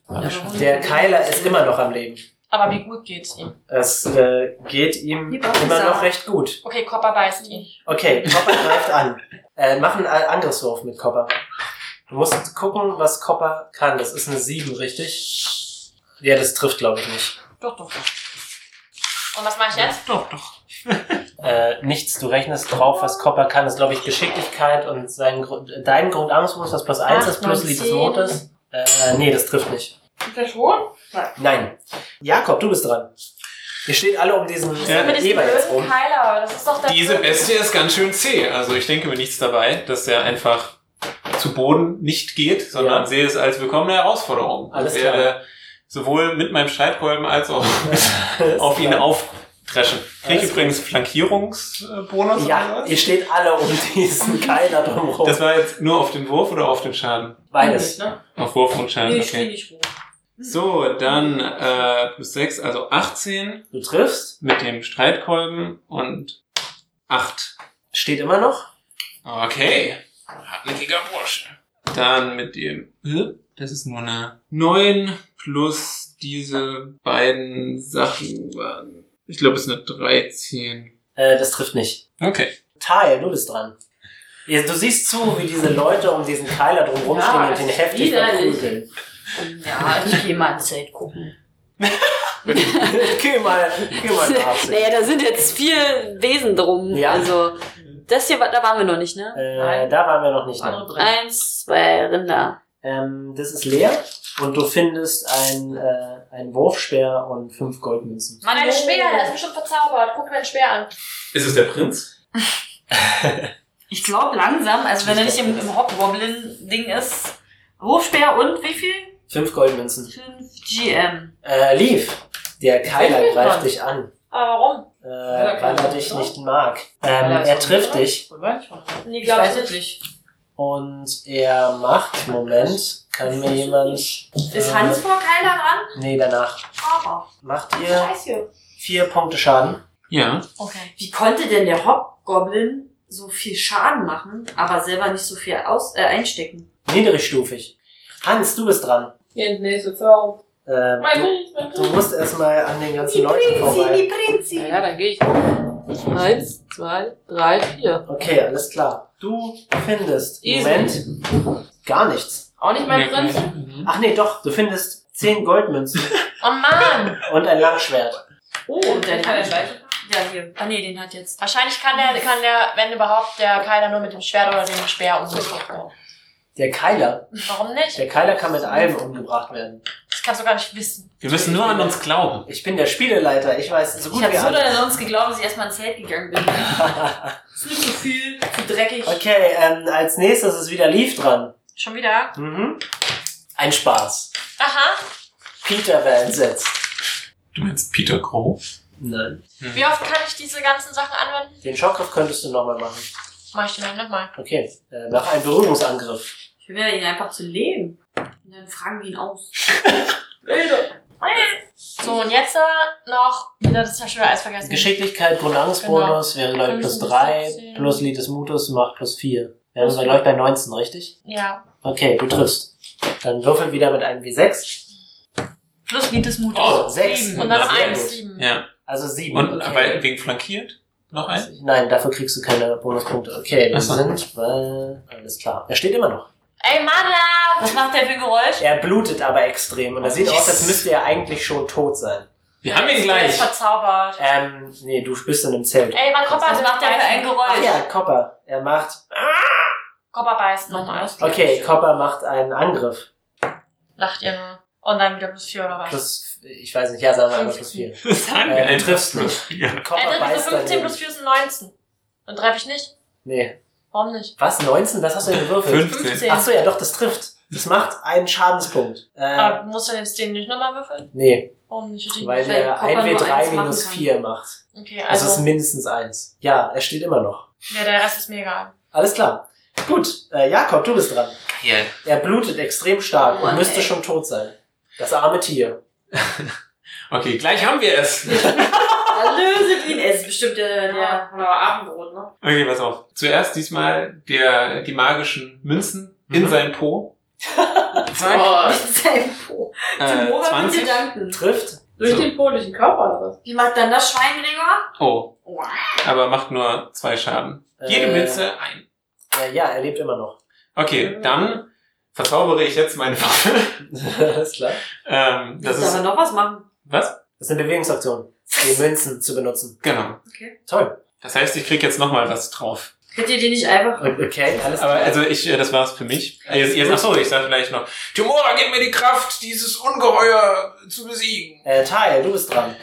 B: Der Keiler ist immer noch am Leben.
F: Aber wie gut geht's ihm?
B: Es äh, geht ihm
E: Lieber Husar.
B: immer noch recht gut.
F: Okay, Copper beißt ihn.
B: Okay, Copper greift an. Äh, mach einen A- Angriffswurf mit Copper. Du musst gucken, was Copper kann. Das ist eine 7, richtig? Ja, das trifft, glaube ich, nicht.
F: Doch, doch, doch. Und was mache ich jetzt?
C: Doch, doch.
B: Äh, nichts, du rechnest drauf, was Copper kann. Das ist, glaube ich, Geschicklichkeit und sein Grund, dein Grundangstwurf, das plus 1
F: Acht,
B: ist, plus
F: neun,
B: Lied des
F: zehn.
B: Mondes. Äh, nee, das trifft nicht.
D: Ist der schon?
B: Nein. Jakob, du bist dran. Ihr steht alle um diesen
C: Ja,
F: Mit
B: äh,
F: diesem
B: Eber jetzt
F: blöden
B: rum.
F: Keiler, das ist doch der
C: Diese Bestie ist ganz schön zäh. Also ich denke mir nichts dabei, dass er einfach zu Boden nicht geht, sondern
B: Ja.
C: sehe es als willkommene Herausforderung.
B: Alles
C: Ich
B: klar.
C: werde sowohl mit meinem Streitkolben als auch auf ihn auftreschen. Krieg
B: Alles
C: ich übrigens Flankierungsbonus.
B: Ja,
C: oder
B: ihr
C: was?
B: steht alle um diesen Keiler drumherum.
C: Das war jetzt nur auf den Wurf oder auf den Schaden?
B: Beides.
D: Ne?
C: Auf Wurf und Schaden,
D: Nee, ich spiel
C: okay.
D: nicht rum.
C: So, dann äh, plus 6, also 18
B: Du triffst,
C: mit dem Streitkolben und 8.
B: steht immer noch.
C: Okay. Hartnäckiger Bursche. Dann mit dem. Das ist nur eine 9 plus diese beiden Sachen waren. Ich glaube, es ist eine 13.
B: Äh, das trifft nicht.
C: Okay.
B: Teil, du bist dran. Ja, du siehst zu, wie diese Leute um diesen Keiler drumherum
A: Ja,
B: stehen und
A: das
B: den
A: ist
B: heftig
A: widerlich.
B: verprügeln.
E: Ja, ich gehe mal ins Zelt gucken.
B: geh mal, geh mal nach
H: Naja, da sind jetzt vier Wesen drum.
B: Ja.
H: Also, das hier, war- da waren wir noch nicht, ne?
B: äh, Da waren wir noch nicht.
A: Andere
B: Ne?
A: Brille.
H: Eins, zwei Rinder.
B: Ähm, das ist leer und du findest ein, äh, ein Wurfspeer und fünf Goldmünzen.
E: Mann,
F: Ein Speer, der ist bestimmt verzaubert. Guck mir den Speer an.
C: Ist es der Prinz?
E: Ich glaube langsam, also wenn er nicht im, im Hobgoblin-Ding ist. Wurfspeer und wie viel?
B: Fünf Goldmünzen.
E: 5 GM.
B: Äh, Lief, der Keiler greift dich an,
F: Aber warum?
B: äh,
A: er
B: weil er
A: keine
B: dich
A: Chance?
B: nicht mag.
A: Weil
B: Ähm,
A: er ist
B: er trifft
A: unsicher?
B: dich
A: Wo war ich schon?
F: Nee,
E: Ich
F: glaub
E: weiß
F: nicht.
E: es nicht.
B: und er macht, Moment, kann mir jemand... äh,
E: Ist Hans vor Keiler dran?
B: Nee, danach.
E: Aber.
B: Macht ihr
E: Scheiße.
B: vier Punkte Schaden.
C: Ja.
F: Okay.
E: Wie konnte denn der Hobgoblin so viel Schaden machen, aber selber nicht so viel aus äh, einstecken?
B: Niedrigstufig. Hans, du bist dran.
D: Hier in nächste Zauber.
B: Ähm,
D: Mein
B: du,
D: Bild, mein
B: du
D: Bild.
B: musst erstmal an den ganzen Leuten vorbei.
A: Ja, ja, dann gehe ich.
F: Eins, zwei, drei, vier.
B: Okay, alles klar. Du findest im
A: Easy.
B: Moment gar nichts.
A: Auch nicht mein Prinz?
C: Mhm.
B: Ach nee, doch, du findest zehn Goldmünzen
F: Oh Mann!
B: und ein Langschwert.
A: Oh, und
E: der
A: der
E: kann
A: kann gleich.
E: Ja, hier. Ah nee, den hat jetzt.
F: Wahrscheinlich kann der, kann der, wenn überhaupt, der Keiler nur mit dem Schwert oder dem Speer umgebracht werden.
B: Der Keiler.
F: Warum nicht?
B: Der Keiler kann mit allem umgebracht werden.
F: Das kannst du gar nicht wissen.
C: Wir müssen nur an uns glauben.
B: Ich bin der Spieleleiter, ich weiß so
E: Ich
B: gut
E: habe
B: wie
E: so
B: alle.
E: oder sonst geglaubt, dass ich erstmal ins Zelt gegangen bin. Ist nicht so viel, zu dreckig.
B: Okay, ähm, als nächstes ist wieder Leaf dran.
F: Schon wieder?
B: Mhm. Ein Spaß.
F: Aha.
B: Peter wäre entsetzt.
C: Du meinst Peter Grove?
B: Nein.
C: Hm.
F: Wie oft kann ich diese ganzen Sachen anwenden?
B: Den Schockgriff könntest du nochmal machen.
F: Mach ich den dann nochmal.
B: Okay. Äh, mach einen Berührungsangriff.
E: Ich will ihn einfach zu leben. Und dann fragen wir ihn aus.
F: So, und jetzt äh, noch wieder das Taschentuch Eis vergessen.
B: Also Geschicklichkeit, Grundangstbonus
F: Genau.
B: wäre, glaube ich, plus
F: Fünf bis
B: 3,
F: siebzehn.
B: plus Lied des Mutes macht plus 4. Wir sind,
F: Plus
B: glaube ich, bei 19, richtig?
F: Ja.
B: Okay, du triffst. Dann würfel wieder mit einem W6.
E: Plus Lied des Mutes.
C: Oh,
B: sechs.
F: Und dann noch
B: Sehr
F: eins,
B: gut.
F: sieben.
C: Ja.
B: Also 7.
C: Und
B: okay.
C: aber wegen flankiert? Noch ein?
B: Nein, dafür kriegst du keine Bonuspunkte. Okay, wir
C: Ach so.
B: sind bei... Alles klar. Er steht immer noch.
F: Ey, Mana!
E: Was macht der für ein Geräusch?
B: Er blutet aber extrem und er sieht aus, als müsste er eigentlich schon tot sein.
C: Wir haben ihn
F: Der
C: gleich.
F: ist verzaubert.
B: Ähm, nee, du bist in einem Zelt.
F: Ey, mein Kopper
E: Was macht der für ein
B: Ach
E: Geräusch?
B: ja, Copper. Er macht...
F: Kopper beißt nochmal.
B: Okay, Copper macht einen Angriff.
F: Lacht ihr nur. Und dann wieder plus vier oder was?
B: plus, ich weiß nicht, ja, sagen wir mal plus 4.
C: Sagen wir
B: Äh,
C: ein
B: du triffst
C: Plus vier.
F: Ey,
B: Copper
F: das ist
B: beißt
F: so 15
B: daneben.
F: plus 4 sind 19. Dann treffe ich nicht.
B: Nee.
F: Warum nicht?
B: Was, 19? Das hast du ja gewürfelt.
C: 15.
B: Ach so, ja, doch, das trifft. Das macht einen Schadenspunkt. Äh,
F: Aber musst du jetzt den nicht nochmal würfeln?
B: nee,
F: Warum nicht? Ah. Ich-
B: weil
E: weil
B: der
E: Copper nur eins
B: 1W3
E: machen
B: minus
E: kann.
B: 4 macht.
F: Okay,
B: Also es ist
F: also,
B: mindestens 1. Ja, er steht immer noch.
F: ja, der Rest ist mir egal.
B: Alles klar. Gut, äh, Jakob, du bist dran.
C: Geil.
B: Er blutet extrem stark
E: Mann,
B: und müsste
E: ey.
B: schon tot sein. Das arme Tier.
C: Okay, gleich haben wir es.
E: Erlöset ihn. Er ist bestimmt der, der
D: Ja, aber Abendbrot, ne?
C: Okay, pass auf. Zuerst diesmal der, die magischen Münzen in
B: Mhm.
C: sein Po. Zack.
A: Oh,
E: sein Po. Zum
C: Äh,
E: Robert mit
C: 20.
E: Gedanken.
B: Trifft.
D: Durch
C: So.
D: den Po, durch den Körper oder was?
E: Wie macht dann das Schwein länger?
C: Oh. Aber macht nur zwei Schaden. Jede
B: Äh,
C: Mütze ein.
B: Äh, ja, er lebt immer noch.
C: Okay, dann verzaubere ich jetzt meine Waffe.
B: Alles klar.
C: Ähm, das ist.
E: noch was machen.
C: Was?
B: Das ist eine Bewegungsaktion, die Münzen zu benutzen.
C: Genau.
B: Toll.
C: Das heißt, ich krieg jetzt nochmal was drauf.
E: Könnt ihr die nicht einfach.
B: Okay, alles
C: Aber
B: klar.
C: also ich, äh, das war's für mich. Äh, Jetzt, jetzt, ach so, ich sag vielleicht noch, Timora, gib mir die Kraft, dieses Ungeheuer zu besiegen.
B: äh, Teil, du bist dran.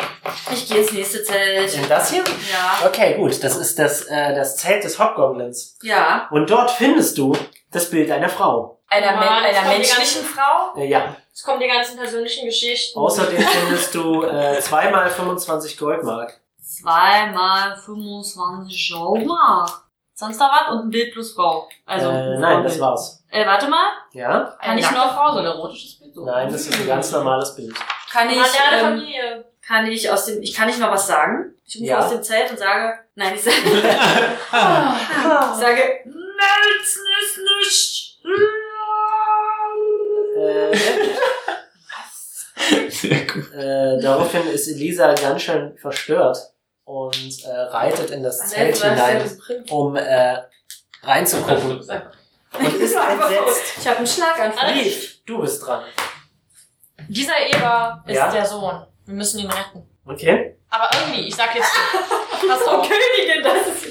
E: Ich gehe ins nächste Zelt.
B: In das hier?
E: Ja.
B: Okay, gut. Das ist das, äh, das Zelt des Hobgoblins.
E: Ja.
B: Und dort findest du das Bild einer Frau.
E: Einer,
F: Mann, das
E: Men einer
F: kommt die
E: menschlichen Frau?
B: Äh, ja.
F: Es kommen die ganzen persönlichen Geschichten.
B: Außerdem findest du äh, zweimal 25 Goldmark.
E: Zweimal 25 Schaumark. Sonst noch was? Und ein Bild plus Frau. Also.
B: äh, nein, das war's.
E: Äh, warte mal.
B: Ja?
E: Kann ich noch.
D: Frau, so ein erotisches Bild? So.
B: Nein, das ist ein ganz normales Bild.
E: Kann ich.
F: Mann, der eine
E: Ähm,
F: Familie.
E: kann ich aus dem. Ich kann nicht noch was sagen. Ich rufe
B: Ja.
E: aus dem Zelt und sage. Nein, ich sage. Ich sage, Nelson ist nicht.
B: Äh,
C: Sehr gut.
B: äh, daraufhin ist Elisa ganz schön verstört und äh, reitet in das Zelt hinein, um äh, reinzugucken. Und ist entsetzt.
E: Ich habe einen Schlaganfall.
B: Lief, du bist dran.
F: Dieser Eber ist
B: Ja?
F: der Sohn. Wir müssen ihn retten.
B: Okay.
F: Aber irgendwie, ich sag jetzt. Pass auf.
E: Königin, das ist.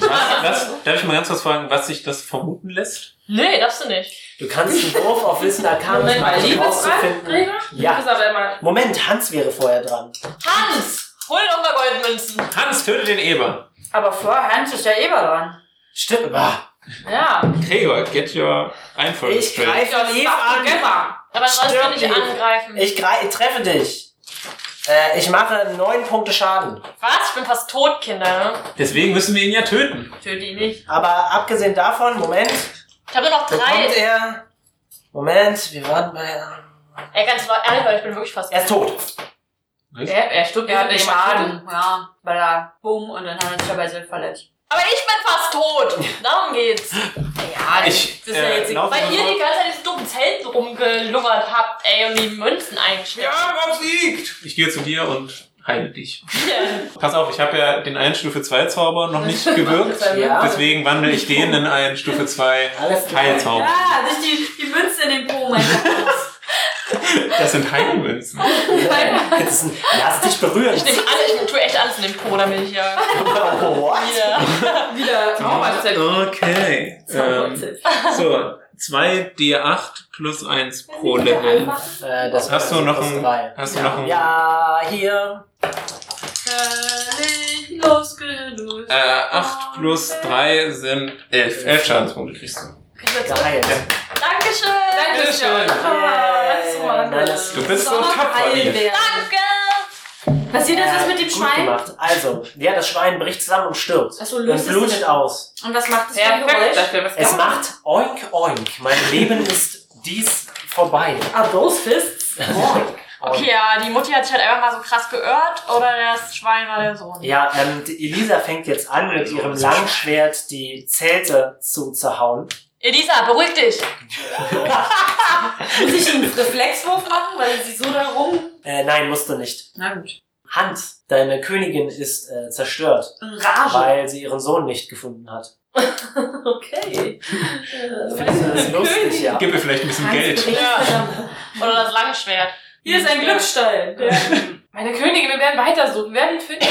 C: Was, was, darf ich mal ganz kurz fragen, was sich das vermuten lässt?
F: Nee, darfst du nicht.
B: Du kannst einen Wurf auf Wissen Arcanisch
D: Moment,
B: machen, um herauszufinden.
D: Liebesbrand, Du
B: Ja.
D: bist aber immer
B: Moment, Hans wäre vorher dran.
F: Hans! Hol doch mal Goldmünzen.
C: Hans, töte den Eber.
E: Aber vorher Hans ist der Eber eh dran.
B: Stimmt. Ah,
D: Ja.
C: Gregor, get your Reihenfolge
B: Ich
C: straight.
B: greife Eve an.
F: Aber du sollst
B: Stirb
F: doch nicht
B: nicht.
F: angreifen.
B: Ich grei- treffe dich. Äh, ich mache neun Punkte Schaden.
F: Was? Ich bin fast tot, Kinder. ne?
C: Deswegen müssen wir ihn ja töten.
E: Töte ihn nicht.
B: Aber abgesehen davon, Moment,
F: Ich habe nur noch
B: bekommt
F: drei.
B: er. Moment, wir waren bei.
F: Ey, ganz ehrlich, weil ich bin wirklich fast
B: Er ist tot.
D: Er, er stirbt
E: Er hat
D: nicht
E: nicht Schaden. Ja, weil er. Bumm und dann hat er sich dabei selbst verletzt.
F: Aber ich bin fast tot. Darum geht's.
E: Ja,
C: Ich,
E: das ist ja
C: äh,
E: jetzt.
C: laufe
F: Weil
C: so-
F: ihr die ganze Zeit in diesen dummen Zelten rumgelungert habt, ey, und die Münzen eingeschmissen
C: Ja, Bob siegt! Ich gehe zu dir und heile dich.
F: habt.
C: Pass auf, ich habe ja den einen Stufe 2 Zauber noch nicht gewirkt.
B: Ja.
C: Deswegen wandle ich den in einen Stufe 2
B: Alles klar.
C: Heilzauber.
E: Ah, durch die, die Münze in den Po, mein Gott.
C: Das sind Heilmünzen.
B: Jetzt ist ein, lass dich berühren.
F: Ich nehme alle, ich tue echt alles in den Po, damit ich ja
B: What?
F: wieder.
D: Wieder Zauberzettel.
C: Okay. Ähm, so, 2d8 plus 1 pro Level.
B: Äh, das
C: Hast du
B: das
C: noch
B: ist
C: ein-
B: drei.
C: Hast du
B: ja.
C: noch ein-
B: Ja, hier.
D: Völlig losgelöst.
C: Äh, 8 plus 3 sind 11. 11 Schadenspunkte kriegst du.
B: Geheilt.
F: Dankeschön.
D: Dankeschön. Ah, das ist so
B: Yay. Nein, das-
C: Du bist so tapfer, Nils.
F: Danke.
E: Passiert das was mit dem
B: Gut
E: Schwein?
B: Gemacht. Also, ja, das Schwein bricht zusammen und stirbt.
E: Ach so,
B: und
E: löst es
B: blutet
E: sich-
B: aus.
E: Und was macht das für ein
D: Perfekt.
E: Geräusch?
D: Dafür was
B: Es
D: gemacht.
B: macht oink oink. Mein Leben ist dies vorbei.
E: Are those fists?
B: Oink. oink.
F: Okay, ja, die Mutti hat sich halt einfach mal so krass geirrt oder das Schwein war der Sohn.
B: Ja, ähm, die Elisa fängt jetzt an, mit ihrem Langschwert die Zelte zu zerhauen.
F: Elisa, beruhig dich.
E: Muss ich einen Reflexwurf machen, weil sie so da rum.
B: Äh, nein, musst du nicht.
E: Na gut.
B: Hans, deine Königin ist äh, zerstört,
E: In Rage.
B: weil sie ihren Sohn nicht gefunden hat.
E: Okay.
B: Findest du das lustig, ja?
C: Gib mir vielleicht ein bisschen Geld.
F: Ja. Oder das Langschwert.
E: Hier ist ein Glücksstein.
D: Meine Königin, wir werden weitersuchen, wir werden ihn finden.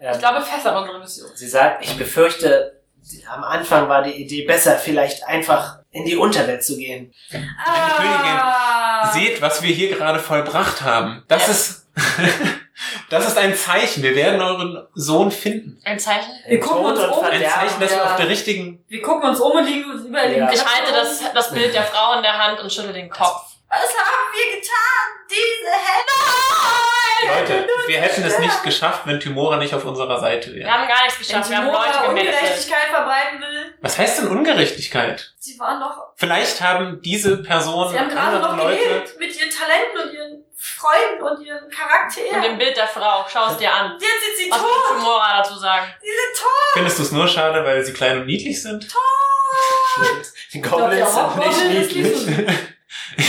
B: Ähm,
D: Ich glaube, fest an unsere Mission.
B: Sie sagt,
E: Mhm.
B: ich befürchte, die- am Anfang war die Idee besser, vielleicht einfach in die Unterwelt zu gehen.
C: Meine Königin,
E: Ah.
C: seht, was wir hier gerade vollbracht haben. Das ist... Das ist ein Zeichen. Wir werden euren Sohn finden.
F: Ein Zeichen.
E: Wir gucken
B: Tod
E: uns
B: und
E: um.
C: Ein
B: Verderben.
C: Zeichen, dass wir
E: ja.
C: auf der richtigen...
E: Wir gucken uns um und liegen uns überlegen.
B: Ja.
F: Ich halte das, das Bild der Frau in der Hand und schüttel den Kopf.
E: Was haben wir getan? Diese Hände.
C: Leute, wir hätten es nicht geschafft, wenn Timora nicht auf unserer Seite
F: Wir
C: wäre.
F: haben gar nichts geschafft. Wir
E: Wenn
F: haben Leute
E: Timora
F: gemeldet.
E: Ungerechtigkeit verbreiten will,
C: Was heißt denn Ungerechtigkeit?
E: sie waren noch,
C: Vielleicht haben diese Personen
E: sie haben gerade
C: andere
E: noch
C: Leute.
E: gelebt mit ihren Talenten und ihren Freunden und ihren
F: Und dem
E: Charakteren.
F: Bild der Frau. Schau es dir an.
E: Jetzt sind sie
F: Was
E: tot.
F: will Mora dazu sagen?
E: Sie sind tot.
C: Findest du es nur schade, weil sie klein und niedlich sind?
B: Die Goblins
E: Ich glaub,
B: sind nicht
E: der Hobgoblin ist
B: niedlich.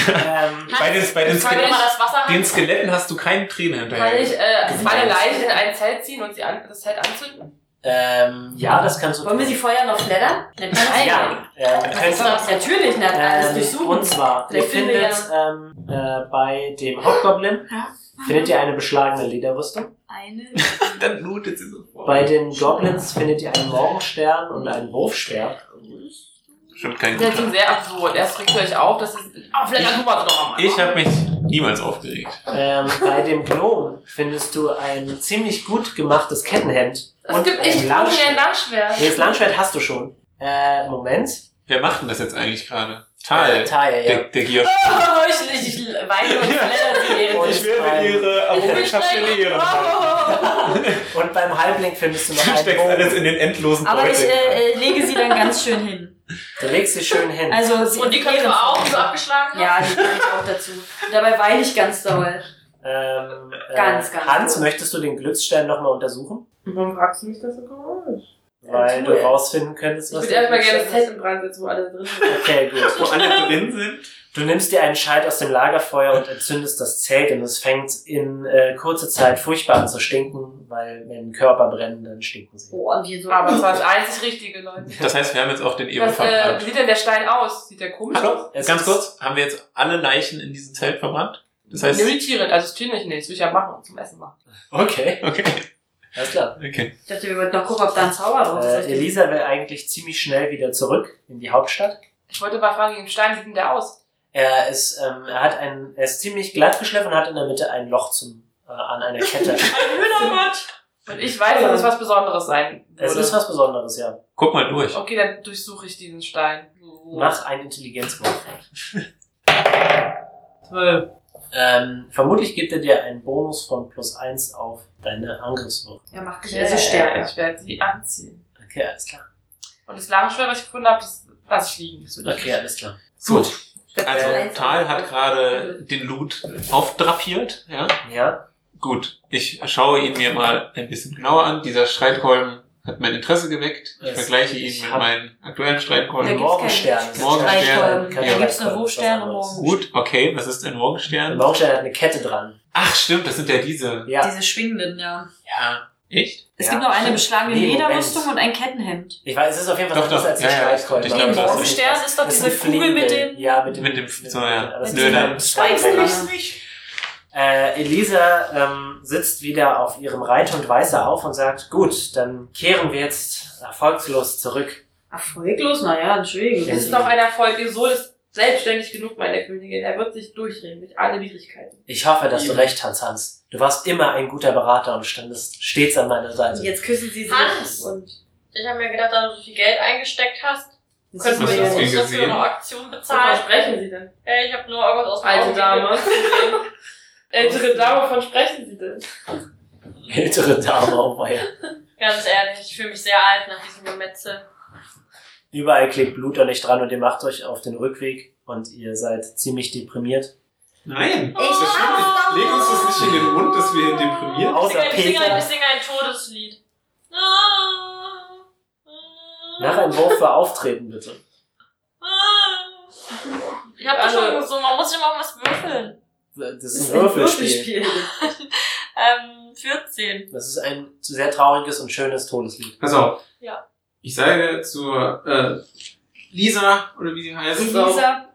B: ähm,
C: Bei den, bei den,
E: Kann ich
C: Skeletten,
E: mal das Wasser
C: den
E: haben?
C: Skeletten hast du keinen Tränen hinterher.
A: Kann ich äh,
C: Gemein.
A: meine Leichen in ein Zelt ziehen und sie an, das Zelt anzünden?
B: ähm, ja, das kannst du.
E: Wollen wir die Feuer noch fleddern? Nein, nein.
B: Ja, äh,
E: Das
B: könnt
E: ist doch natürlich nicht alles
B: Ähm,
E: durchsuchen.
B: und zwar, ihr
E: Vielleicht finden wir
B: findet ähm, äh, bei dem Hauptgoblin findet ihr eine beschlagene Lederrüstung.
E: Eine.
C: Dann lootet sie sofort.
B: Bei den Goblins findet ihr einen Morgenstern und einen Wurfschwert.
C: Stimmt kein
A: Das ist schon
C: guter.
A: sehr absurd. Erst regt ihr euch auf, das ist. Ah, vielleicht
C: Ich-
A: ich, mal nochmal.
C: Ich habe mich niemals aufgeregt.
B: Ähm, bei dem Gnom findest du ein ziemlich gut gemachtes Kettenhemd.
A: Es gibt echt ein Langschwert.
B: Nee, das Langschwert hast du schon. Äh, Moment.
C: Wer macht denn das jetzt eigentlich gerade? Tal.
B: Äh, Teil, ja.
C: Der, der Giosch.
E: Oh, ich, ich, ich weine und fleddern sie während
B: Und
E: ich.
B: beim-
C: ihre
B: Und beim Halbling findest du noch
C: Du
B: einen
C: steckst alles
B: Bogen.
C: in den endlosen
E: Aber ich
C: Beutel.
E: äh, äh, lege sie dann ganz schön hin.
B: Du legst sie schön hin.
E: Also sie
D: Und die können wir auch so abgeschlagen haben?
E: Ja, die kann ich auch dazu. Dabei weine ich ganz doll.
B: ähm, äh,
E: Ganz, ganz
B: Hans,
E: gut.
B: möchtest du den Glücksstern nochmal untersuchen?
A: Warum fragst du mich das so komisch?
B: Weil du
A: cool.
B: rausfinden könntest,
A: Ich
B: was
A: würde
B: der
A: erstmal gerne das
B: Glücksstern
A: Zelt in Brand setzen, wo alle drin sind.
B: ist. Okay, gut.
C: Wo alle drin sind.
B: Du nimmst dir einen Scheit aus dem Lagerfeuer und entzündest das Zelt und es fängt in äh, kurzer Zeit furchtbar an zu stinken, weil wenn Körper brennen, dann stinken sie.
E: Boah, wir so.
A: Aber es war das einzig richtige, Leute.
C: Das heißt, wir haben jetzt auch den Eon
A: Was, äh,
C: verbrannt.
A: wie sieht denn der Stein aus? Sieht der komisch aus?
C: Hallo? Ganz kurz, haben wir jetzt alle Leichen in diesem Zelt verbrannt? Das heißt,
A: Nur die Tiere, also das Tier nicht, nee, das will ich ja machen, zum Essen machen.
B: Okay,
C: okay,
B: alles klar.
C: okay.
E: Ich dachte, wir wollten noch gucken, ob da ein Zauber
C: Oh,
E: drauf ist.
B: Äh, Elisa will eigentlich ziemlich schnell wieder zurück in die Hauptstadt.
A: Ich wollte mal fragen, wie im Stein sieht denn der aus?
B: Er ist, ähm, er hat ein, er ist ziemlich glatt geschliffen und hat in der Mitte ein Loch zum, äh, an einer Kette.
A: Und ich weiß, dass es was Besonderes sein
B: es ist
A: würde.
B: was Besonderes, ja.
C: Guck mal durch.
A: Okay, dann durchsuche ich diesen Stein. So.
B: Mach einen Intelligenzwurf.
A: Zwölf.
B: Ähm, vermutlich gibt er dir einen Bonus von plus eins auf deine Angriffswürfe.
E: Er macht dich
A: Ja,
E: also stärker.
A: Ich werde sie anziehen.
B: Okay, alles klar.
A: Und das Langschwert, was ich gefunden habe, das lasse ich liegen. Das will ich
B: Okay, alles klar.
C: Gut. Also,
E: Äh,
C: Tal hat gerade den Loot aufdrapiert, ja?
B: Ja,
C: Gut, ich schaue ihn mir mal ein bisschen genauer an. Dieser Streitkolben hat mein Interesse geweckt. Ich
B: Yes.
C: vergleiche ihn
B: Ich
C: mit
B: hab-
C: meinen aktuellen
E: Da
C: Streitkolben.
B: genau.
E: gibt's
B: Morgenstern.
E: keinen
B: ist ein
C: Morgenstern.
B: Stern.
C: Da
B: Kein
E: Streichkolben. gibt's einen
B: Streichkolben, ist was
E: Hochstern und
B: anderes.
E: Morgen-
C: Gut, okay, was ist ein
B: Der
C: Morgenstern?
B: Morgenstern hat eine Kette dran.
C: Ach stimmt, das sind ja diese.
B: Ja.
E: Diese schwingenden, ja.
C: Ja. Echt?
E: Es
B: Ja.
E: gibt noch eine beschlagene
B: Nee, Moment.
E: Lederrüstung und ein Kettenhemd.
B: Ich weiß, es ist auf jeden Fall
C: Doch,
B: anders
C: doch.
B: als die
C: Ja, ja,
B: Streitkolben.
C: ich glaub,
B: aber
C: das
B: weiß
C: ist-
B: nicht,
E: Morgenstern
B: was-
E: ist doch
B: das
E: diese
B: ein
E: Kugel mit
B: Fliegenbild.
E: dem-
B: Ja, mit dem...
C: Mit dem- so, ja.
B: aber das
E: Nö,
B: ist-
C: dann-
E: Weiß
B: Streitkolben.
E: nicht.
B: Äh, Elisa ähm, sitzt wieder auf ihrem Reithund Weißer auf und sagt, gut, dann kehren wir jetzt erfolgslos zurück.
E: Erfolglos? Naja,
A: Es
E: entschuldige.
A: ist noch ein Erfolg, ihr Sohn ist selbstständig genug, meine Königin. Er wird sich durchreden durch alle Widrigkeiten.
B: Ich hoffe, dass du recht, Hans Hans. Du warst immer ein guter Berater und standest stets an meiner Seite.
E: Jetzt küssen sie sich.
F: Hans!
A: Und
F: Ich habe mir gedacht, da du so viel Geld eingesteckt hast,
E: Das
F: könnten
E: ist
C: Was
F: wir
C: hast
F: jetzt
C: du
F: nicht
C: denn
F: dafür
C: gesehen?
F: eine Aktion
A: was
F: bezahlen.
A: sprechen sie denn?
F: Äh, ich habe nur irgendwas aus dem
A: Alte
F: Auge
A: Dame.
F: gesehen.
A: Ältere Dame, von sprechen sie denn?
B: Ältere Dame, oh weia.
F: Ganz ehrlich, ich fühle mich sehr alt nach diesem Gemetzel.
B: Überall klebt Blut an euch dran und ihr macht euch auf den Rückweg und ihr seid ziemlich deprimiert.
C: Nein. Echt? Das stimmt nicht. Leg uns das nicht in den Mund, dass wir hier deprimiert.
F: Ich
B: Außer
F: singe, ich, singe, ein- ich
B: Peter.
F: singe ein Todeslied. Ah, ah,
B: Nach einem Wurf für Auftreten, bitte.
F: ah. Ich habe doch
D: Also-
F: schon so, man muss immer was würfeln.
B: Das ist ein Würfelspiel.
F: Ähm, 14.
B: Das ist ein sehr trauriges und schönes Todeslied.
C: Pass auf.
F: Ja.
C: Ich sage zur äh, Lisa, oder wie sie heißt,
E: Elisa,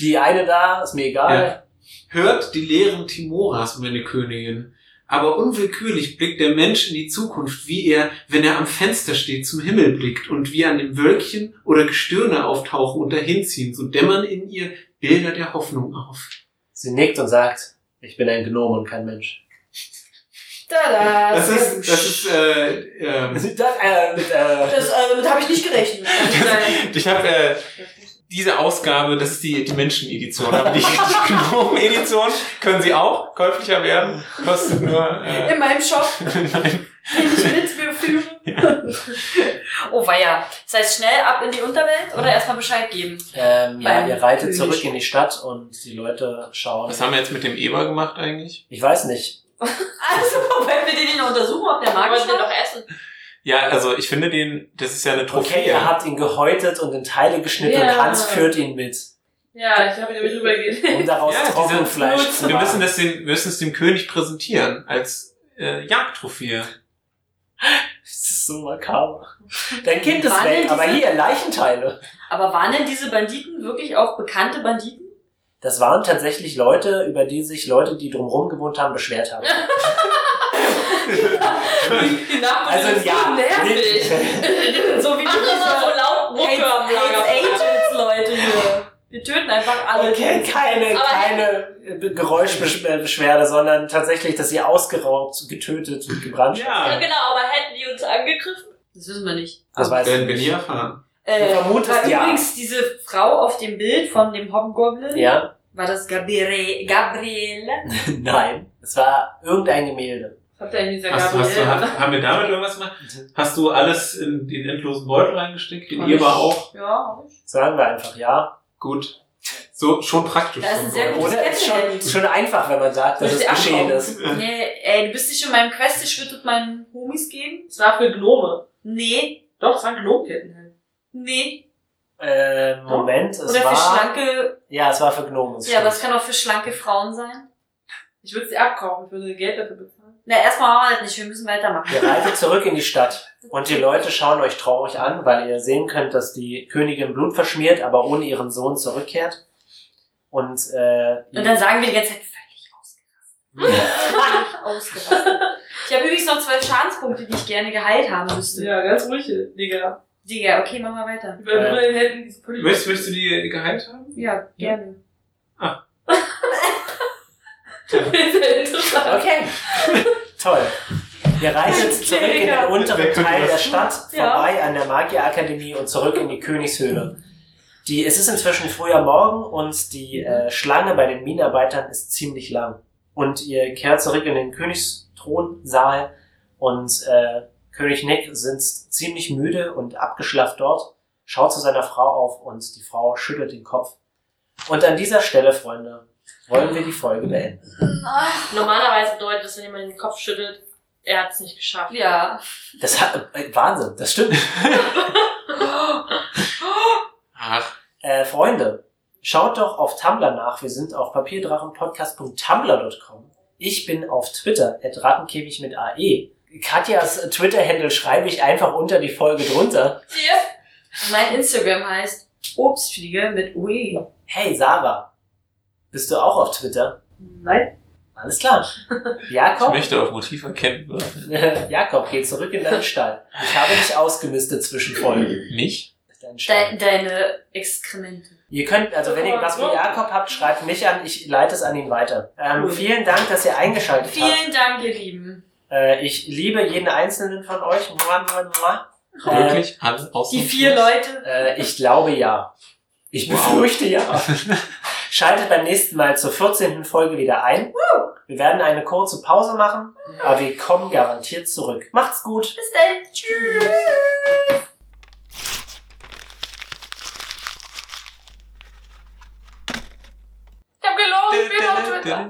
B: Die eine da, ist mir egal.
C: Hört die Lehren Timoras, meine Königin. Aber unwillkürlich blickt der Mensch in die Zukunft, wie er, wenn er am Fenster steht, zum Himmel blickt und wie an dem Wölkchen oder Gestirne auftauchen und dahinziehen, so dämmern in ihr Bilder der Hoffnung auf.
B: Sie nickt und sagt, ich bin ein Gnome und kein Mensch.
E: da,
C: Das ist, das ist, äh, ähm,
B: Das, äh, mit, äh,
E: Das, äh, damit habe ich nicht gerechnet.
C: ich habe äh, diese Ausgabe, das ist die, die Menschen-Edition, aber die Gnomen-Edition können sie auch käuflicher werden, kostet nur, äh,
E: In meinem Shop bin ich mit für Filme. Oh weia. Das heißt, schnell ab in die Unterwelt oder erstmal Bescheid geben?
B: ähm, ja,
E: Beim
B: ihr reitet
E: König.
B: zurück in die Stadt und die Leute schauen.
C: Was haben wir jetzt mit dem Eber gemacht eigentlich?
B: Ich weiß nicht.
E: Also, wenn wir den hier noch untersuchen, ob der
F: Wir
E: magisch
F: wollten den
E: ist.
F: doch essen.
C: Ja, also ich finde den, das ist ja eine Trophäe.
B: Okay, ihr habt ihn gehäutet und in Teile geschnitten
A: Ja.
B: und Hans führt ihn mit.
D: Ja, ich habe nämlich rübergehen.
B: um daraus
C: Ja, diese
B: Trockenfleisch zu
C: Wir
B: machen.
C: müssen, das dem, wir müssen es dem König präsentieren als äh, Jagdtrophäe.
B: Das ist so makaber. Dein Kind ist
E: Waren
B: weg,
E: denn
B: aber
E: diese-
B: hier, Leichenteile.
E: Aber waren denn diese Banditen wirklich auch bekannte Banditen?
B: Das waren tatsächlich Leute, über die sich Leute, die drumherum gewohnt haben, beschwert haben.
E: Die Nachbarn
B: Also ja,
E: nervig. so wie
F: Andere mal so
E: laut
F: Mucke am Lager.
E: Angels Leute hier. Wir töten einfach alle.
B: Okay, keine,
F: Aber-
B: keine Be- Geräuschbeschwerde, sondern tatsächlich, dass sie ausgeraubt, getötet und gebrannt
F: Ja,
C: Ja,
F: genau, aber hätten die uns angegriffen?
E: Das wissen wir nicht.
B: Das weiß ich
C: werden wir nie
B: nicht.
C: erfahren.
E: Äh,
B: Du vermutest,
E: war
B: ja.
E: übrigens diese Frau auf dem Bild von dem Hobgoblin,
B: Ja?
E: war das Gabriele? Gabriele?
B: Nein. Es war irgendein Gemälde.
D: Was habt ihr denn dieser
C: Hast, hast du,
D: Gabriel?
C: hast, haben wir damit irgendwas gemacht? Hast du alles in den endlosen Beutel reingesteckt? In ihr war auch
D: Ja,
B: Sagen wir einfach ja.
C: gut. So, schon praktisch.
E: Das ist
C: schon
E: sehr
C: so.
E: gut.
B: Oder ist schon, schon einfach, wenn man sagt, dass
D: Möchte
B: es geschehen
D: ankommen.
B: ist.
E: nee, ey, du bist nicht in meinem Quest, ich würde meinen Homies geben.
D: es war für Gnome.
E: Nee,
D: Doch, es waren Gnomenketten halt.
E: nee.
B: Äh, Moment, es
E: Oder für
B: war...
E: schlanke,
B: Ja, es war für Gnomen. es
E: ja, aber es
B: stimmt.
E: kann auch für schlanke Frauen sein.
D: Ich würde sie abkaufen, ich würde Geld dafür bezahlen.
E: Na, erstmal haben wir halt nicht, wir müssen weitermachen.
B: Ihr reitet zurück in die Stadt. Und die Leute schauen euch traurig an, weil ihr sehen könnt, dass die Königin Blut verschmiert, aber ohne ihren Sohn zurückkehrt. Und, äh,
E: Und dann sagen wir die ganze Zeit, völlig ausgerastet. ausgerastet. Ich habe übrigens noch zwölf Schadenspunkte, die ich gerne geheilt haben müsste.
D: Ja, ganz ruhig, Digga.
E: Digga, okay, mach mal weiter.
D: Über
B: Äh.
D: äh. den Händen diese Politik.
C: Möchtest, möchtest du die geheilt haben?
E: Ja, gerne.
B: okay. Toll. Ihr reitet zurück in den unteren
C: Wer könnte
B: Teil
C: das
B: der
C: tun?
B: Stadt,
E: Ja.
B: vorbei an der Magierakademie und zurück in die Königshöhle. Die, es ist inzwischen früher Morgen und die äh, Schlange bei den Minenarbeitern ist ziemlich lang. Und ihr kehrt zurück in den Königsthronsaal und äh, König Nick sitzt ziemlich müde und abgeschlafft dort, schaut zu seiner Frau auf und die Frau schüttelt den Kopf. Und an dieser Stelle, Freunde, wollen wir die Folge beenden.
F: Normalerweise bedeutet das, wenn jemand den Kopf schüttelt, er hat es nicht geschafft.
E: Ja.
B: Das hat, äh, Wahnsinn, das stimmt.
C: Ach,
B: Äh, Freunde, schaut doch auf Tumblr nach. Wir sind auf papierdrachenpodcast.tumblr.com. Ich bin auf Twitter, rattenkäfig mit AE. Katjas Twitter-Handle schreibe ich einfach unter die Folge drunter.
E: Mein Instagram heißt Obstfliege mit UE.
B: Hey, Sarah, bist du auch auf Twitter?
D: Nein.
B: Alles klar.
C: ich
B: Jakob?
C: möchte auf Motiv erkennen. würfeln.
B: Jakob, geh zurück in deinen Stall. Ich habe dich ausgemistet zwischen Folgen.
C: Nicht?
B: Deinen Stall.
E: De deine Exkremente.
B: Ihr könnt, also wenn ihr was mit Jakob habt, schreibt mich an, ich leite es an ihn weiter. Ähm, vielen Dank, dass ihr eingeschaltet habt.
E: Vielen Dank, ihr Lieben.
B: Äh, ich liebe jeden einzelnen von euch. Mua, mua, mua. Äh,
C: Wirklich? Alles aus
E: Die vier Leute.
B: äh, ich glaube ja. Ich
C: Wow.
B: befürchte ja. Schaltet beim nächsten Mal zur 14. Folge wieder ein. Wir werden eine kurze Pause machen, aber wir kommen garantiert zurück. Macht's gut.
E: Bis dann. Tschüss.
D: Ich hab gelogen, ich bin auf Twitter.
C: Leute.